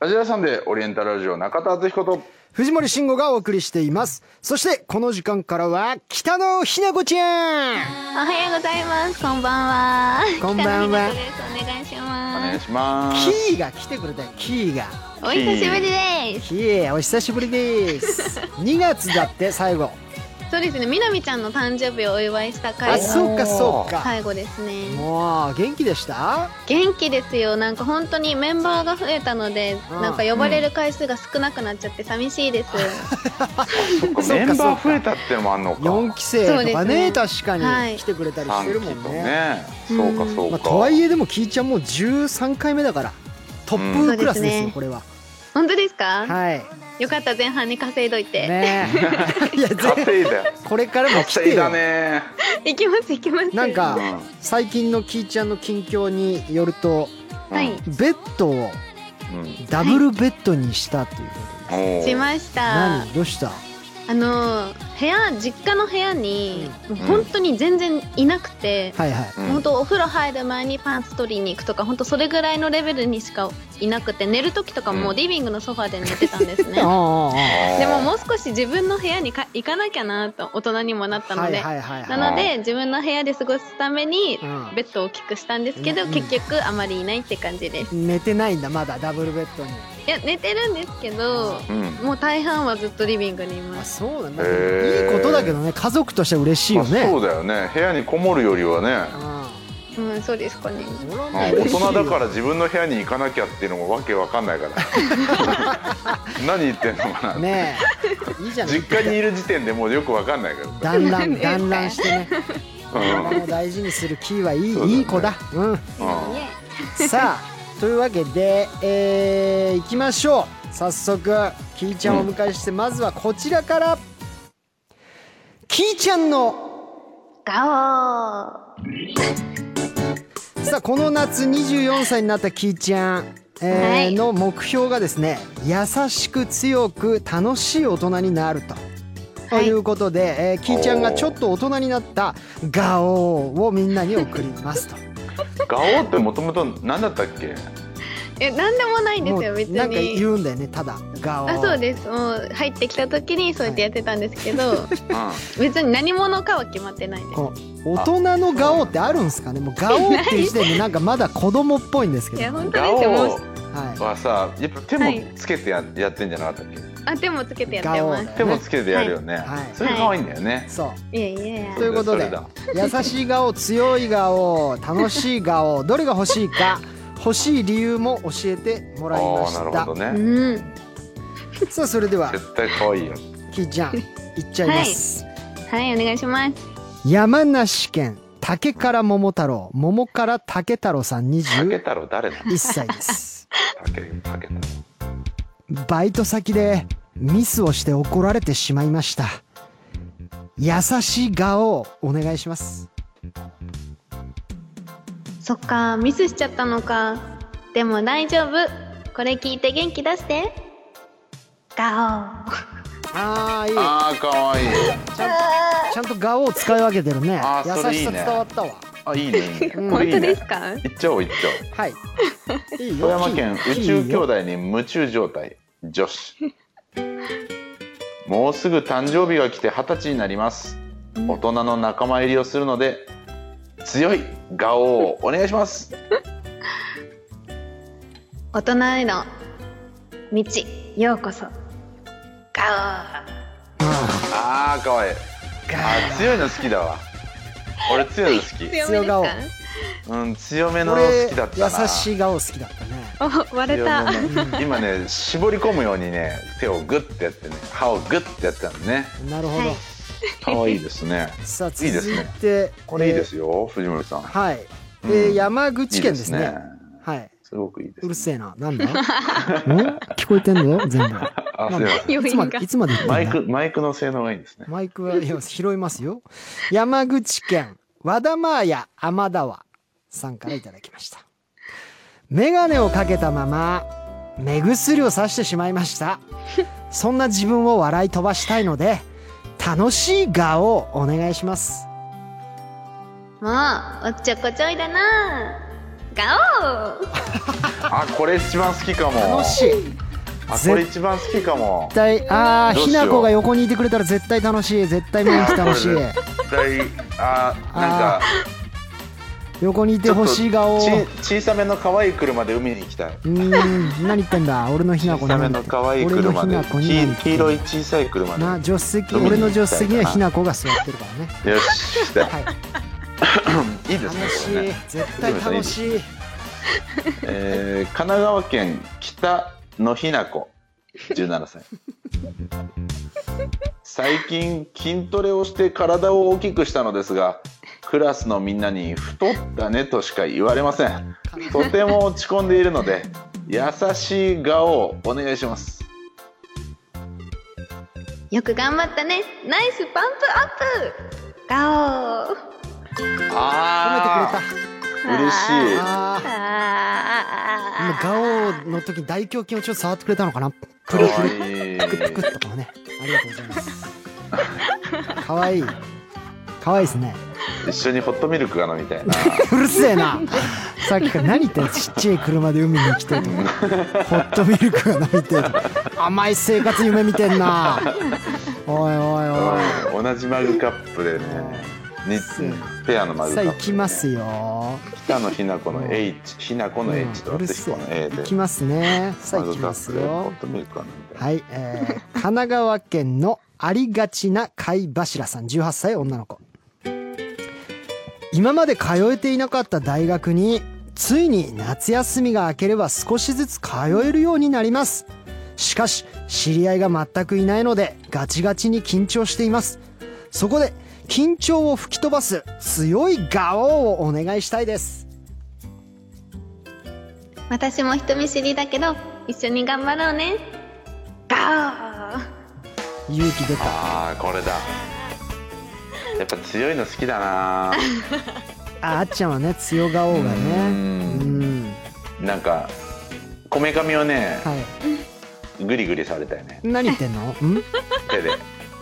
ラジラさんでオリエンタルラジオ中田敦彦と
藤森慎吾がお送りしていますそしてこの時間からは北野ひな子ちゃん
おはようございます。こんばんは。
こんばん は
北野日向子ですお願いし
お願
ま
いします
キーが来てくれたよキーが
す。お久しぶりです。
キーお久しぶりです 2月だって最後
そうですね。みなみちゃんの誕生日をお祝いした
あ
回が
そうかそうか
最後ですね。
もう元気でした
元気ですよ。なんか本当にメンバーが増えたので、
うん
なんか呼ばれる回数が少なくなっちゃって寂しいです。
そっ
そ
か
っか
メンバー増えたってのもあんの
4
か
期生と
そ
か
うで
ね
すね
確か
は
に
い
来てくれたりしてる
3
も
期
ん
と
ね、
ねそうかそう
まあ、
か
とはいえでもキーちゃんもう13回目だからトップクラスですよ、
うん
これは
本当ですか？
はい
よかった前半に稼いどい て。
ねえいやぜ
稼いだよ
これからも来
稼
て
いだ
よ、
ね
行きます行きます。
なん
う
か
ん
最近のキーちゃんの近況によると
はい
ベッドを
うん
ダブルベッドにしたっていうことで、
お
し
ー
ました
何。どうした
あの部屋実家の部屋に、もう本当に全然いなくて。
はいはい
うん
本当お風呂入る前にパンツ取りに行くとか本当それぐらいのレベルにしかいなくて寝る時とかも
うん
リビングのソファーで寝てたんですね
あ
でももう少し自分の部屋にか行かなきゃなと大人にもなっ
あ
た
ああ
ので、
はいはいはいはい
なので自分の部屋で過ごすために
うん
ベッドを大きくしたんですけど、
うん
結局あまりいないって感じです
寝てないんだまだダブルベッドに
いや寝てるんですけど
うん
もう大半はずっとリビングにいま
あ
す
そうなんだ、
へえ
いいことだけどね家族としては嬉しいよね、
まあそうだよね部屋にこもるよりはね
うんそうですかね
うん俺は
うん
ね
大
嬉しいよ
人だから自分の部屋に行かなきゃっていうのもわけわかんないから 何言ってんのかな
ねえいいじゃない
実家にいる時点でもうよくわかんないから
だん だんだんだんしてね
うん
体を大事にするキーはいい,、
そうだね
いい子だうん
うん
さあというわけでえー、いきましょう早速キーちゃんをお迎えして、まずはこちらからキーちゃんの
ガ
さあこの夏24歳になったキーちゃん
は
えー
い
の目標がですね優しく強く楽しい大人になると。と
はい
いうことで、えー、キーちゃんがちょっと大人になったガオーをみんなに送りますと。
ガオってもともと何だったっけ
えなんでもないんで
も
すよ
う
別に
なんか言うんだよねただガオー
あそうですもう入ってきた時にそうやってやってたんですけど、
う
別に何者かは決まってないです
こう大人のガオーってあるんですかねもうガオーっていう時点でなんかまだ子供っぽいんですけ
い
ど、
や
は
本
ん
当
ガ
ですよも
オ
う
はさやっぱ手もつけてや,、やってんじゃなかったっけ
あ手もつけてやって
ガ
ま
オ
す
手もつけてやるよね、
はい
それ可愛いんだよね
い、、そう
いやいやいや
ということで
それだ
優しい顔強い顔楽しい顔どれが欲しいか欲しい理由も教えても
あ
らいま
あ
し
なる
た
ほどね、
うん
さあそれでは
絶対可愛いよ
キーちゃんいっちゃいます、
はいお願いします
山梨県竹から桃太郎桃から竹太郎さん
竹
21
太郎誰だ
歳です
竹竹太郎
バイト先でミスをして怒られてしまいました優しい顔をお願いします
そっかミスしちゃったのかでも大丈夫これ聞いて元気出してガ
ああいい
ああ可愛い
ちゃんとちゃんと顔を使い分けてるね
あー
優
それい
し
い
さ
ね
伝わったわ
あいいねいいね
オ
これ
本
いい
当です
ね
か
いっちゃおういっちゃおう
はい いいよ
富山県
キー
宇宙
キー
兄
よ
弟に夢中状態女 子もうすぐ誕生日が来て二十歳になります大人の仲間入りをするので強い顔をお願いします
大人への道ようこそガ
あーかわいいあー強いの好きだわ俺強いの好
オ強め
強顔
です
きうん強めの好きだったな
俺優しい顔好きだったね
かお割れた
強めの今ね絞り込むようにね手をグッてやってね歯をグッてやってたのね
なるほど、
はい
かわいいですね
さあ続
い
い
いですね
て
これいいで
よ、
すよ藤森さん
えーはい、え
う
ー、
ん
山口県
いい
ですねはい
すごくいいで
う
す
るせえななん だん聞こえてんだよ全部
あ、すいませ
い
ん。
余
つま
韻
で
が
いつまで言ってんだ
マイク、マイクの性能がいいんですね。
マイクはいや拾いますよ。山口県和田マーヤ天田和さんからいただきました。メガネをかけたまま目薬をさしてしまいました。そんな自分を笑い飛ばしたいので楽しい顔をお願いします。
もうおっちょこちょいだなガオー
あ、これ一番好きかも。
楽しい。
あこれ一番好きかも
絶対ああ
どう
ひ
しよう
なこが横にいてくれたら絶対楽しい絶対毎日楽しい
これ絶対あーなんか
横にいてほしい顔う
ち
ー
小さめの可愛い車で海に行きたい
ん何言ってんだ俺のひな
小
こ
さ
に
め
何言っ
の
てんだ
可愛い
俺の
車
ひ
で
なこに何言ってん
黄
だ
黄色い小さい車
な
で
助手席
飲みに行きた
俺
い
の助手席には
かな
ひなこが座ってるからね
よしじゃ
はい
あいいですね
楽し
こ
い
れね、
絶対楽しい
えー神奈川県北野ひな子17歳最近筋トレをして体を大きくしたのですがクラスのみんなに太ったねとしか言われませんとても落ち込んでいるので優しい顔をお願いします
よく頑張ったねナイスパンプアップガオー
褒めて
あ
くれ
嬉しい
たあー
あ
今ガオの時に大胸筋をちょっと触ってくれたのかなプルプル
ル
クッとかもねありがとうございます可愛い可愛いですね
一緒にホットミルクが飲みたいな
うるせえなさっきから何言ってんのちっちゃい車で海に来てるホットミルクが泣いてる甘い生活夢見てんなおいおいおい
うん同じマグカップでねにペアのマグカ
さあ
ップ
行きますよ、
北野日な子の H ひな子の H と
うる
私
せ
彦の A
え
で
行きますねさあ
マ
行
グ
き
カ
ます
ップでホ
よ
ットミルクは飲みたい
はい、えー、神奈川県のありがちな貝柱さん18歳女の子今まで通えていなかった大学についに夏休みが明ければ少しずつ通えるようになりますしかし知り合いが全くいないのでガチガチに緊張していますそこで緊張を吹き飛ばす強いガオーをお願いしたいです
ー私も人見知りだけど一緒に頑張ろうねガオー
勇気出た
あーこれだやっぱ強いの好き だな
ああっちゃんはね強ガオーが
う
ねう
ん
ん
なんかこめかみをね
はい
グリグリされたよね
何言ってんのん
手で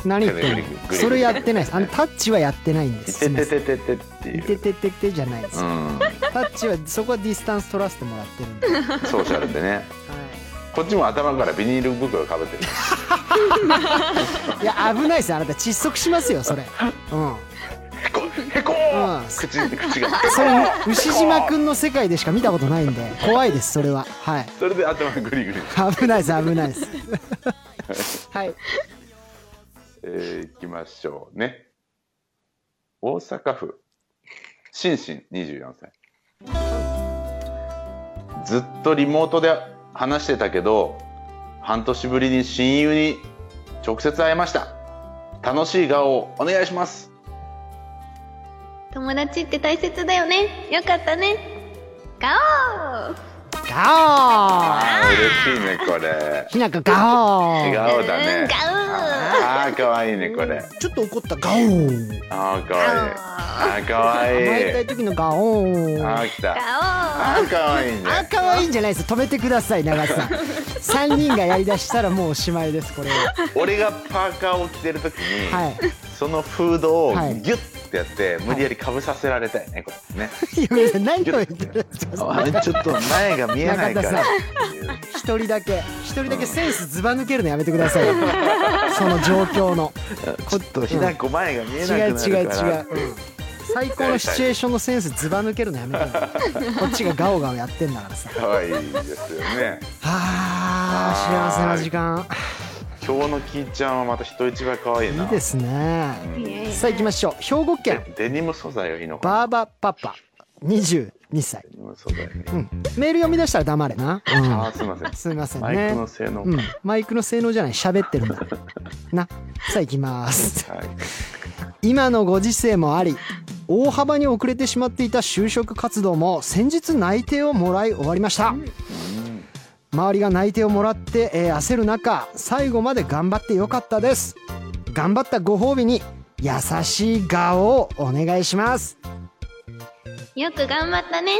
何言ってん
グリグリグリグ
の
リ
それやってないですあのタッチはやってないんで
「
す
い
す
て
いま
て
せん
ててて」ってい
いうててててじゃないです、
うん
タッチはそこはディスタンス取らせてもらってるんで、はい、
ソーシャルでねこっちも頭からビニール袋かぶってる
いや危ないですよあなた窒息しますよそれうん
へこへこ
うん
ー口口が
それ牛島くんの世界でしか見たことないんで怖いですそれははい
それで頭グリグリ
危ないです危ないですはい
えー、いきましょうね大阪府シンシン24歳ずっとリモートで話してたけど半年ぶりに親友に直接会えました楽しい顔をお願いします
友達って大切だよねよかったねガオー
ガ
あー嬉しいねこれ
オひなかガオ
笑顔だね
うんガオ
あーかわいいねこれ
ちょっと怒ったガオー
あーかわいいあーかわ
甘えた
い
い
い
時のガオー
あー来た
ガ
あーかわいいね
あ可愛いんじゃないです止めてください長瀬さん三人がやりだしたらもうおしまいですこれは
俺がパーカーを着てる時に、
はい
そのフードを
はい
ギュッてやって、無理やりかぶさせられたよねこれね
いやごめんなさい何を言ってるんですか
あれちょっと前が見えないから
中一人だけ一人だけセンスずば抜けるのやめてくださいよその状況の
ちょっとひなこ前が見えなく
違う
な
違う違
るから
う、うん最高のシチュエーションのセンスずば抜けるのやめてよこっちがガオガオやってんだからさ
かわいいですよね
あー幸せな時間
今日のキイちゃんはまた人一倍可愛いない
いですねさあ行きましょう兵庫県
デニム素材がいいのかな
バーバパパ22歳
デニム素材、
うん、メール読み出したら黙れな、
あ
う
あすいません
ん、すみません
マイク
ね
の性能、
うん
はい、
マイクの性能じゃない喋ってるんだなさあ行きます今のご時世もあり大幅に遅れてしまっていた就職活動も先日内定をもらい終わりました周りが内定をもらって、えー焦る中最後まで頑張ってよかったです頑張ったご褒美に優しい顔をお願いします
オーよく頑張ったね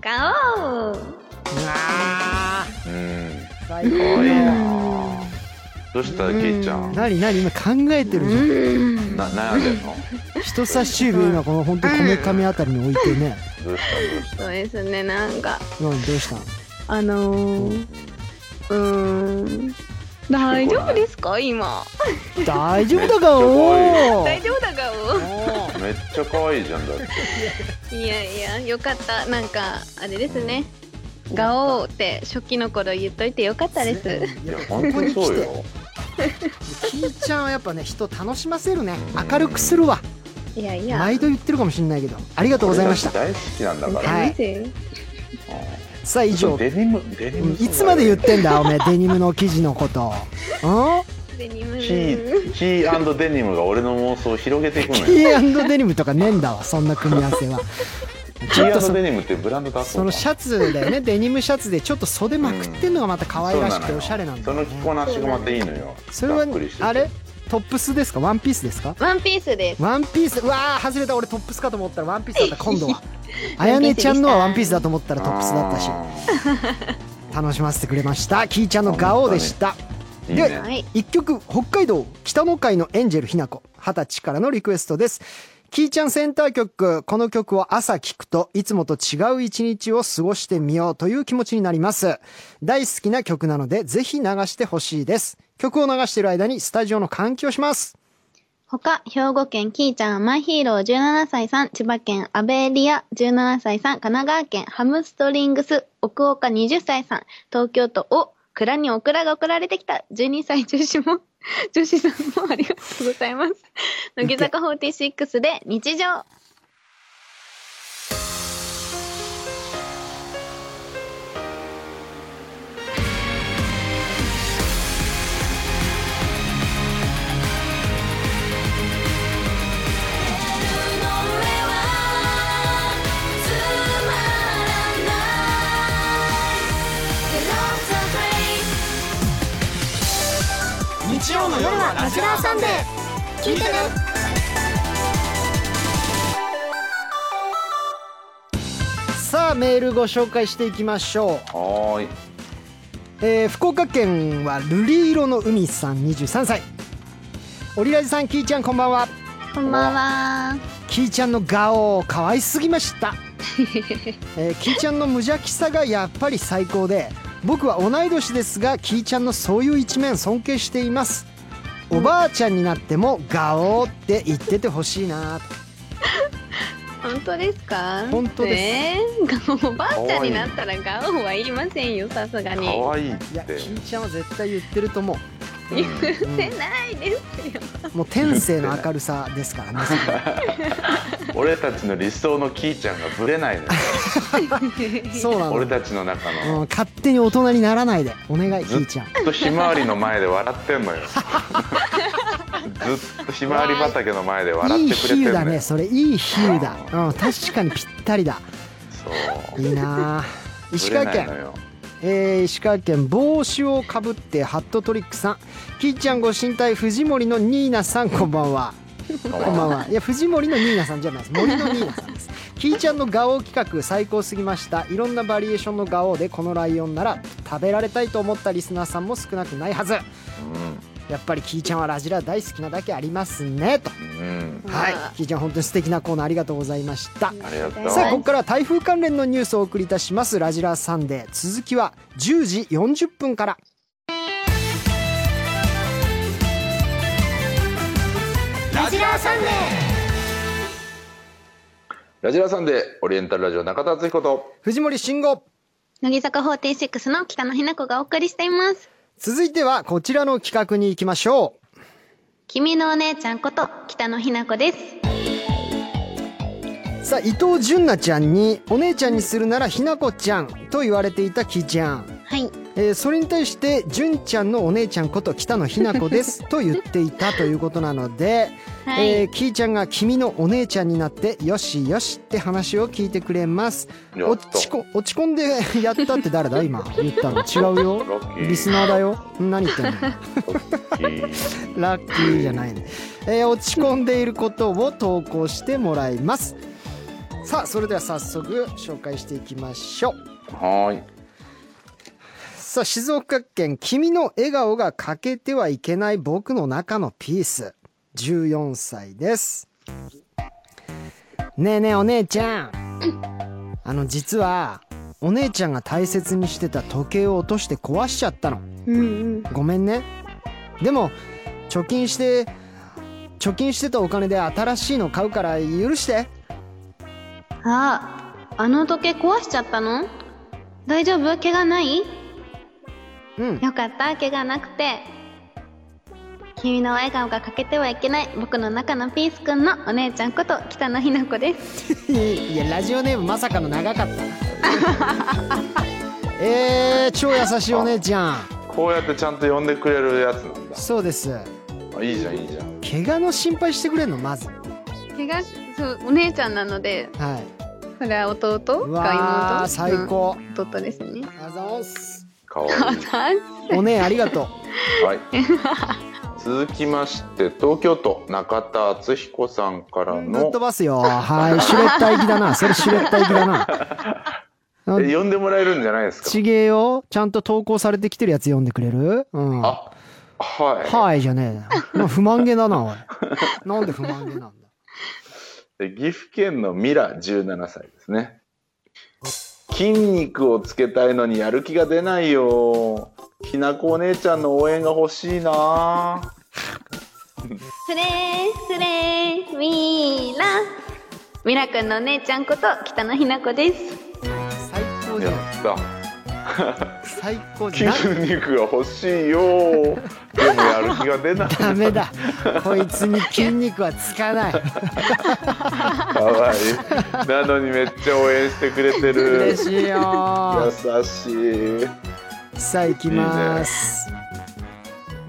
ガ
う
オー
わ
うん
ー最高
可愛いなどうしたキイちゃん
何何今考えてるじゃん
な悩んでんの
人差し指今この本当こめかみあたりに置いてね
どうしたどうした
そうですねなんか
何どうしたの
あのーうーん大丈夫ですか今
大丈夫だがお
大丈夫だが
めっちゃ可愛いじゃんだって
おいやいやよかったなんかあれですねガオーって初期の頃言っといてよかったです
いや本当にそうよ
キーちゃんはやっぱね人楽しませるね明るくするわ
いやいや
毎度言ってるかもしれないけどありがとうございました
俺たち大好きなんだから、
はい
見て
さあ以上
デニムデニ
うん
ム
いつまで言ってんだおめえデニムの生地のことう
デニム
キーキーデニムが俺の妄想を広げていくの
ん
よ
キ ーデニムとかねえんだわそんな組み合わせは
キ
ょっとそ
ーデニムってブランド出す
そのシャツだよねデニムシャツでちょっと袖まくってんのがまた可愛らしくておしゃれなんだ
そ
よ
の着こ
ね
なしがまたいいのよ
それは
ざっくりしてて
あれトップスですかワンピースですか
ワンピースです
ワンピースうわー外れた俺トップスかと思ったらワンピースだった今 度はあやねちゃんのはワンピースだと思ったらトップスだったし楽しませてくれましたキーちゃんのガオーでした
あーいいね
はい
一曲北海道北の海のエンジェルひなこ二十歳からのリクエストですキーちゃんセンター曲この曲を朝聴くといつもと違う一日を過ごしてみようという気持ちになります大好きな曲なのでぜひ流してほしいです曲を流している間にスタジオの換気をします
他、兵庫県キーちゃん、マイヒーロー17歳さん、千葉県アベリア17歳さん、神奈川県ハムストリングス奥岡20歳さん、東京都お、蔵にオクラが送られてきた12歳女子も、 女子さんもありがとうございます。乃木坂46で日常。
の上はつまらない「フィロソフィー」
日曜の夜はラジラーサンデー聞いてね
さあメールご紹介していきましょう
はーい
えー福岡県は瑠璃色の海さん23歳オリラジさんキーちゃんこんばんは
こんばんは。
キーちゃんの顔可愛すぎました、えーキーちゃんの無邪気さがやっぱり最高で僕は同い年ですがキーちゃんのそういう一面尊敬していますおばあちゃんになっても顔って言っててほしいな
本当ですか
本当です
ねえ、おばあちゃんになったらガオは言いませんよ、さすがに。
可愛いっ
いやキ
て
ーちゃんは絶対言ってると思
言 ってないですよ。
うもう天性の明るさですからね
俺たちの理想のキーちゃんがぶれないのよ
そうなの
俺たちの中
うん
の
勝手に大人にならないでお願いキ
ず
ー
っ
ちゃん
とひまわりの前で笑っ てんのよずっとひまわり畑の前で笑
い
っ
い
てくれ
比
てん
喩だ
の
ね
よ
それいい比喩だ、うん、確かにぴったりだ
そう
いいなあ石川
ぶれ
県
ないのよ
えー石川県帽子をかぶってハットトリックさんキーちゃんご神体藤森のニーナさんこんばんは
こ
こんばんはいや藤森のニーナさんじゃないです森のニーナさんですキーちゃんのガオ企画最高すぎましたいろんなバリエーションのガオでこのライオンなら食べられたいと思ったリスナーさんも少なくないはずやっぱりキーちゃんはラジラ大好きなだけありますねと
うん、
はい
まあ
キーちゃん本当に素敵なコーナーありがとうございました
ありがとう
さあここからは台風関連のニュースをお送りいたしますラジラーサンデー続きは10時40分から
ラジラーサンデ
ラジラさんでオリエンタルラジオ中田敦彦と
藤森慎吾
乃木坂46の北野日向子がお送りしています。
続いてはこちらの企画に行きましょう
君のお姉ちゃんこと北野日向子です。
さあ伊藤純奈ちゃんに「お姉ちゃんにするならひなこちゃん」と言われていたきちゃん、
はい。
えーそれに対して純ちゃんのお姉ちゃんこと北野ひなこです と言っていたということなので、
はい
えーきいちゃんが君のお姉ちゃんになってよしよしって話を聞いてくれます
やっ
落
と
ちこ落ち込んでやったって誰だ 今言ったの違うよ
ロッキー
リスナーだよ何言っ てんの
いい
ラッキーじゃないね、えー落ち込んでいることを投稿してもらいますさあそれでは早速紹介していきましょう
はーい
さあ静岡県「君の笑顔が欠けてはいけない僕の中のピース」14歳ですねえねえお姉ちゃんあの実はお姉ちゃんが大切にしてた時計を落として壊しちゃったの
うんうん
ごめんねでも貯金して貯金してたお金で新しいの買うから許して
あああの時計壊しちゃったの大丈夫怪我ない
うん
よかった怪我なくて君の笑顔が欠けてはいけない僕の中のピースくんのお姉ちゃんこと北野日向子です
いやラジオネームまさかの長かったなえー、超優しいお姉ちゃん
こうやってちゃんと呼んでくれるやつなんだ
そうです
あいいじゃんいいじゃん
怪我の心配してくれんのまず
怪我そうお姉ちゃんなので
はい
それは弟
うわ
が
ー
妹
最高、
うん弟です ね
ありがとうございます
かわいい
お姉ありがとう
はい続きまして東京都中田敦彦さんから
ぶっ
の
飛ばすよはいシュレッダー行きだ なそれシュレッダー行きだなば
え呼んでもらえるんじゃないですか
ちげえよちゃんと投稿されてきてるやつ読んでくれるうん
あはい、
はいじゃねえな不満げだなお いなんで不満げなんだ
え岐阜県のミラ17歳ですね筋肉をつけたいのにやる気が出ないよきなこお姉ちゃんの応援が欲しいな
スレースレーミラミラくんのお姉ちゃんこと北野日向子です
最高じ
や
ゃん
った
最高じ
筋
ゃん
肉が欲しいよでもやる気が出ない
ダメだこいつに筋肉はつかない
かわいいなのにめっちゃ応援してくれてる
嬉しいよ
優しい
さあ行きます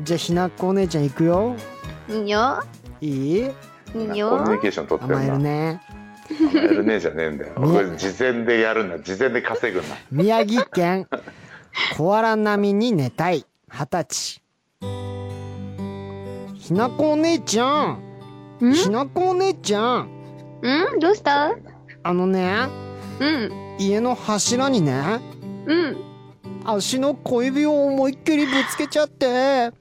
じゃあひなっこお姉ちゃん行くよ
いいよ
いい
いい
コミュニ
よ
ケーション取ってるな
甘えるね
甘えるねじゃねえんだよこれ事前でやるんだ事前で稼ぐんだ
宮城県コアラ並みに寝たい二十歳ひなこお姉ちゃん
ん
ひなこお姉ちゃん
うんどうした
あのね
うん
家の柱にね
うん
足の小指を思いっきりぶつけちゃって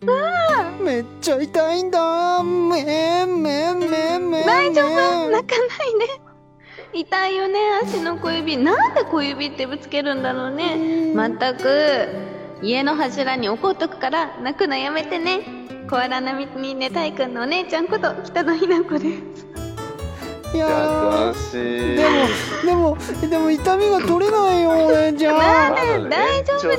めっちゃ痛いんだめめめめ
大丈夫
め
泣かないね痛いよね足の小指なんで小指ってぶつけるんだろうねまったく家の柱に怒っとくから泣くのやめてね小荒波にねたいくんのお姉ちゃんこと北野日向子です
いや
優しい
ーでもでもでも痛みが取れない よお姉ちゃん
なんで大丈夫だよ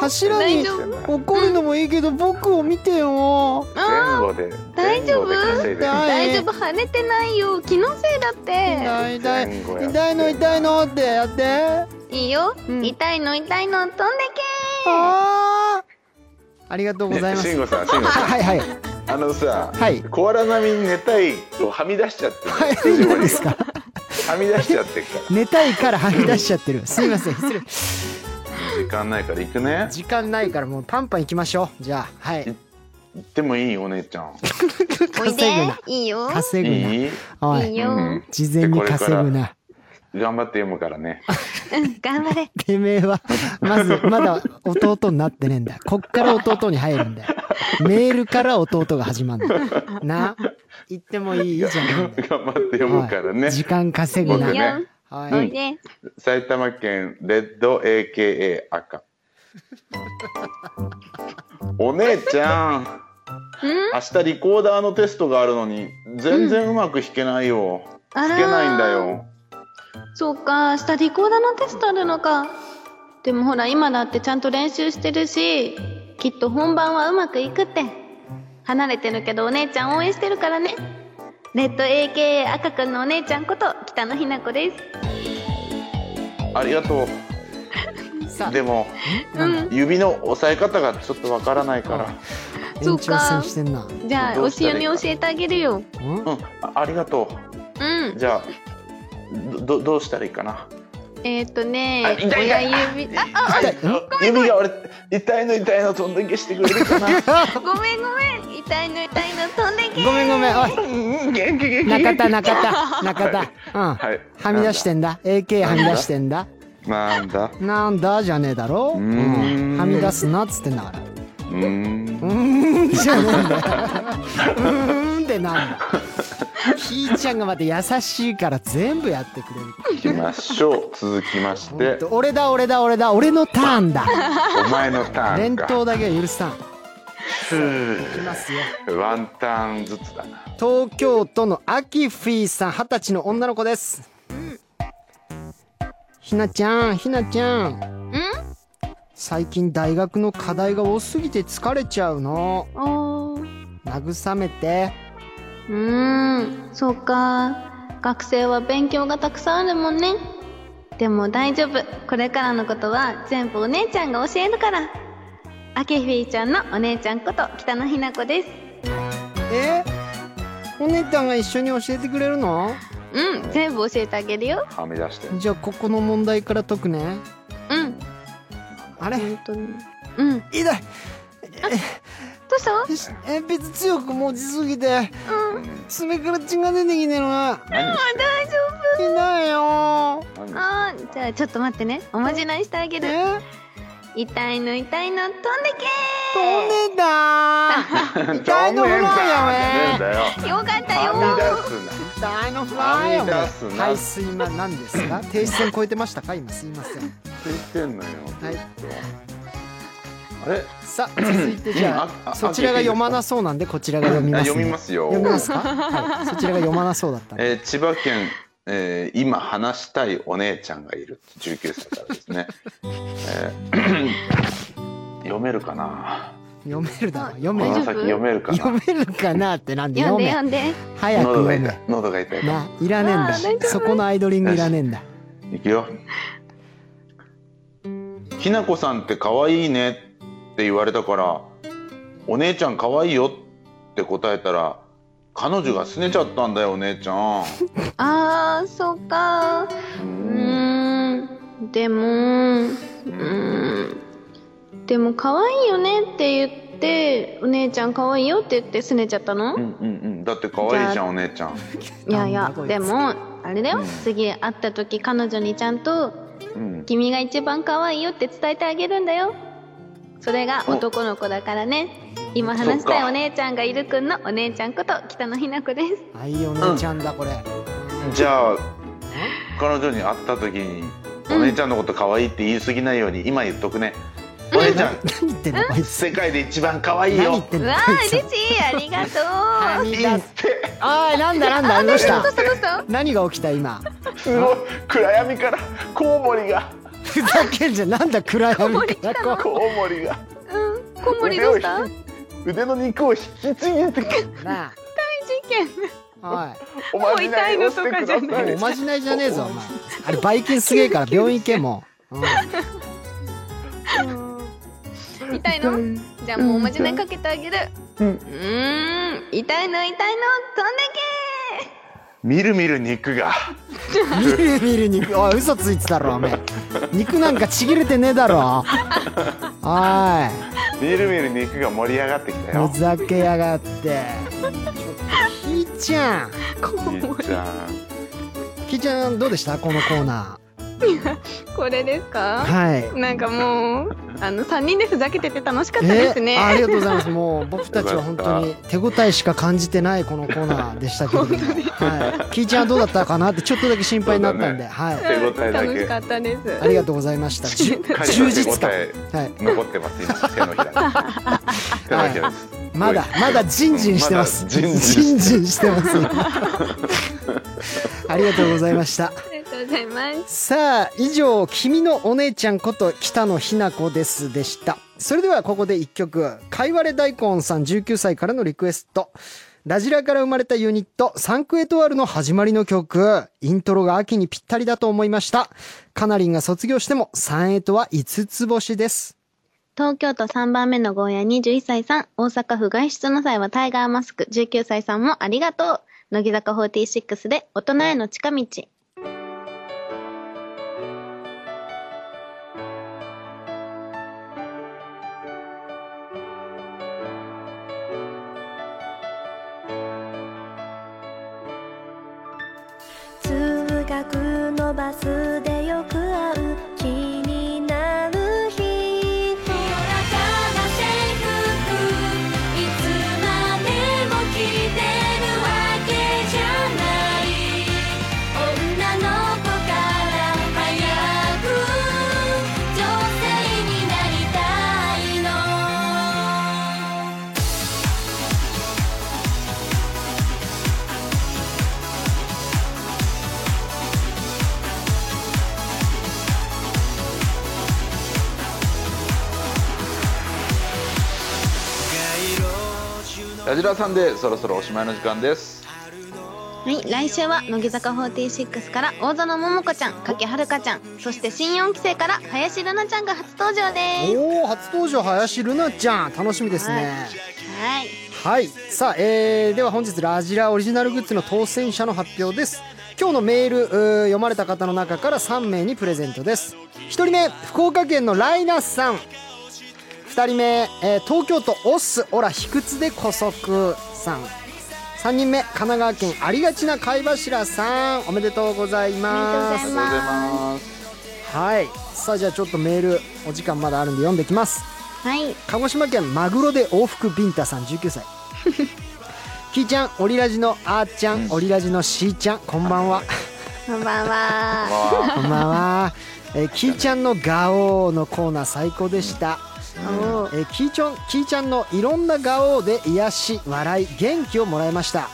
柱
大
に
丈夫
怒るのもいいけど僕を見てよ
前後で
大丈夫
前後で稼いでる
だ
大丈夫跳ねてないよ気のせいだって
痛い痛い
前後やって
痛いの痛いのってやって
いいよ、
うん
痛いの痛いの飛んでけ
あーありがとうございま
ね慎
す
吾さん慎吾さん
はいはい
あのさ、
はい
コアラ並みに寝たいをはみ出しちゃってる
はい何ですか
はみ出しちゃってるか
寝たいからはみ出しちゃってるすいません失礼
ら時間ないから行くね
時間ないからもうパンパン行きましょうじゃあはい
行ってもいいお姉ちゃん
おい
稼
で
ぐない
いよ
稼ぐない
い
お
い
い
いよ、
うん
事前に稼ぐな
頑張って読むからね
うん、 頑張れ。
てめえはまずまだ弟になってねえんだこっから弟に入るんだよメールから弟が始まるんだな言ってもいいじゃないんだよ
頑張って読むからね
はい時間稼ぐ
い
ない
僕
よ
ね。
は
お
い、
いで。
埼玉県レッド AKA 赤お姉ちゃん明日リコーダーのテストがあるのに全然うまく弾けないよ、
あら
弾けないんだよ
そうか、明日リコーダーのテストあるのか。でもほら、今だってちゃんと練習してるし、きっと本番はうまくいくって。離れてるけどお姉ちゃん応援してるからね。レッド AKA 赤くんのお姉ちゃんこと北野日向子です。
ありがと
さ
うでも
うん。
指の押さえ方がちょっとわからないから
延長戦してんな
じゃあ、
ど
お
うしたらい
塩
い
に
か
教えてあげるよ。
うん
うんあありがと
うん
う。じゃあどどうしたらいいかな
えーっと
あ
ね、
痛い痛い
親指。あ、あ、
痛い
指が俺痛いの痛いのどんだけしてくれるかな
ごめんごめん。痛いの痛いの飛んでけ。
ごめんごめんおい
うん元気元気
中田中田中田、うん、
はい
はみ出してんだ AK はみ出してんだ
なんだ
なんだじゃねえだろ、う
うーん
ん、はみ出すなっつってんだからう
うーん
ーんじゃねえんだようーんってなんだひーちゃんがまた優しいから全部やってくれる
いきましょう続きまし
ほん
て
と俺だ俺だ俺だ俺のターンだ
お前のターン
連
か
投だけは許さんい
ふ
きますよ
うワンターンずつだな
東京都のアキフィーさん二十歳の女の子です、ひなちゃんひなちゃん最近大学の課題が多すぎて疲れちゃうの
おー
慰めて
うーんそうか学生は勉強がたくさんあるもんねでも大丈夫これからのことは全部お姉ちゃんが教えるからあけひーちゃんのお姉ちゃんこと北野ひな子です
えお姉ちゃんが一緒に教えてくれるの
うん全部教えてあげるよ
はみ出して
じゃあここの問題から解くね
うん
あれ
本当にうんど
痛いう
した
鉛筆強く持ちすぎて、爪から血が出てきてるな
何して
大丈
痛いよ
んの
夫あーじゃあちょっと待ってねおまじないしてあげる
え
痛いの痛いの飛んでけ
飛んで た
何
痛いのフライや
だよ
ーよかったよー
はみ出すな
痛いのフライや
はみ出すな
はいすいませんです か停止線超えてましたか今すいません
って言ってんのよ
はい
ずっとあれ
さ あ続いてじゃ
うん
あ
あ
そちらが読まなそうなんでこちらが読み
あ
ます、ね、
読みますよ
読みますか、はい、そちらが読まなそうだったんで
えー千葉県、えー今話したいお姉ちゃんがいる19歳からですね、えー 読めるかな
読めるだろ読
こ
め
の
る
先読めるか
読
な
めるかなってなんで
読ん
読
で
め
読んで
早く
喉が
読
痛い
め
喉が痛いから
ないらねえんだそこのアイドリングいらねえんだ
いくよひなこさんって可愛いねって言われたからお姉ちゃん可愛いよって答えたら彼女が拗ねちゃったんだよお姉ちゃん
あーそうかうーんでもうーんでも可愛いよねって言ってお姉ちゃん可愛いよって言って拗ねちゃったの、
うんうんうんだって可愛いじゃんお姉ちゃん
いやい
な
や
んだこいつ
でもあれだよ、
うん
次会った時彼女にちゃんと
うん
「君が一番可愛いよ」って伝えてあげるんだよそれが
お
男の子だからね今話したいお姉ちゃんがいるくんのお姉ちゃんこと北野ひな子です
あいいお姉ちゃんだこれ、
じゃあ彼女に会った時にお姉ちゃんのこと可愛いって言い過ぎないように今言っとくね、お姉ちゃん
何言ってんのこいつ
世界で一番可愛い
何言
よ
ってん
う
の
わ
こい
ー
つ
嬉しいありが とうあ
い
い
い
い
な
って
おいなんだなんだどうした
どうしたどうした
何が起きた今
すごい暗闇からコウモリが
ふざけんじゃんなんだ暗闇からこ
コウモリが
うん小森どうした
腕を腕の肉を引きちぎって
うな
事件
あ
おまじないをしてください
もう痛いのと
おいもうおまじないじゃねえぞお前あれバイキンすげえから病院行けもう、うん
痛いのじゃあもうおまじないかけてあげるうんーん痛いの痛いの飛んで
みるみる肉が
みるみる肉おい嘘ついてたろおめえ肉なんかちぎれてねえだろおい
みるみる肉が盛り上がってきたよ
ふざけやがってちょっとひーちゃん
じいちゃん
ひーちゃんどうでしたこのコーナ
けこれです
ー
か
はい
なんかもうあの3人でふざけてて楽しかった
え
ですね
ありがとうございますもう僕たちは本当に
よ
手応えしか感じてないこのコーナーでしたけれども、はい、ひーちゃんどうだったかなってちょっとだけ心配になったんで、はい
手応えだ
楽しか
け
ったです
ありがとうございましたじゅ
彼
充
の手
実
応
感
え
はい
残ってます今手のひら に手のひらです
まだまだジンジンしてます。
まだジンジンして
ジンジンしてます。 ありがとうございました。
ありがとうございます
さあ以上君のお姉ちゃんこと北野ひな子ですでした。それではここで一曲。かいわれ大根さん19歳からのリクエスト。ラジラから生まれたユニット、サンクエトワールの始まりの曲。イントロが秋にぴったりだと思いました。カナリンが卒業しても、サンエトは5つ星です。
東京都3番目のゴーヤ21歳さん、大阪府外出の際はタイガーマスク、19歳さんもありがとう。乃木坂46で大人への近道。
通学のバスでよく会う気になる日「空からシェイクいつまでも来てるわけじゃ
ジラさんでそろそろおしまいの時間です
はい、来週は乃木坂46から大園桃子ちゃん、掛はるかちゃん、そして新4期生から林瑠奈ちゃんが初登場です。
おお初登場林瑠奈ちゃん楽しみですね
はい、
はい、さあ、えーでは本日ラジラオリジナルグッズの当選者の発表です今日のメールうー読まれた方の中から3名にプレゼントです1人目福岡県のライナスさん2人目、えー東京都オッスオラ卑屈で古速さん3人目神奈川県ありがちな貝柱さんおめでとうございます
おめでとうございます
はいさあじゃあちょっとメールお時間まだあるんで読んできます
はい、
鹿児島県マグロで往復ビンタさん19歳 キーちゃんオリラジのあーちゃん、オリラジのしーちゃんこんばんは
こんばんは。
こんばんは、えー、キーちゃんのガオーのコーナー最高でした、
おー
えー、キーちゃんキーちゃんのいろんなガオーで癒し笑い元気をもらいました、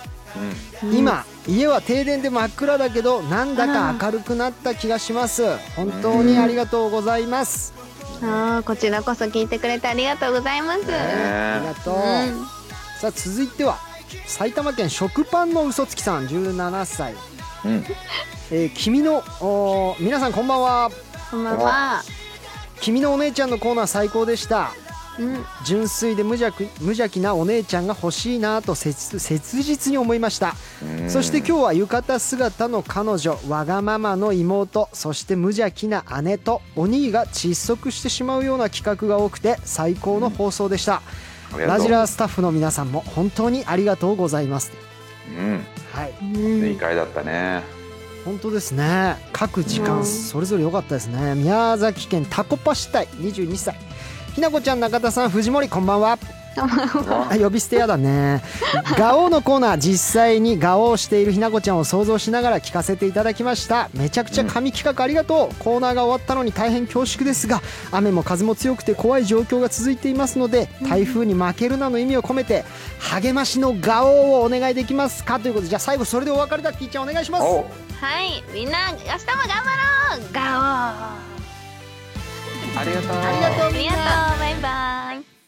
今家は停電で真っ暗だけどなんだか明るくなった気がします本当にありがとうございます、
あーこちらこそ聞いてくれてありがとうございます。
ありがとう、さあ続いては埼玉県食パンの嘘つきさん17歳、
うん
えー君のおー皆さんこんばんは
こんばんは。
君のお姉ちゃんのコーナー最高でした
うん、
純粋で無邪気無邪気なお姉ちゃんが欲しいなと切切実に思いましたそして今日は浴衣姿の彼女わがままの妹そして無邪気な姉とお兄が窒息してしまうような企画が多くて最高の放送でした、
ありが
ラ
と
ジ
う
ラースタッフの皆さんも本当にありがとうございますはいう
うん
ん
いい、回だったね
本当ですね各時
う
間
ん
それぞれ良かったですね宮崎県タコパ市隊22歳ひなこちゃん中田さん藤森こんばんはあ呼び捨てやだねガオーのコーナー実際にガオーしているひなこちゃんを想像しながら聞かせていただきましためちゃくちゃ神企画ありがとう、コーナーが終わったのに大変恐縮ですが雨も風も強くて怖い状況が続いていますので台風に負けるなの意味を込めて励ましのガオーをお願いできますかということでじゃあ最後それでお別れだキーちゃんお願いします
お
はい、みんな明日も頑張ろう。ガオー。
ありがとう
ありがとう、みんな。バイバイ。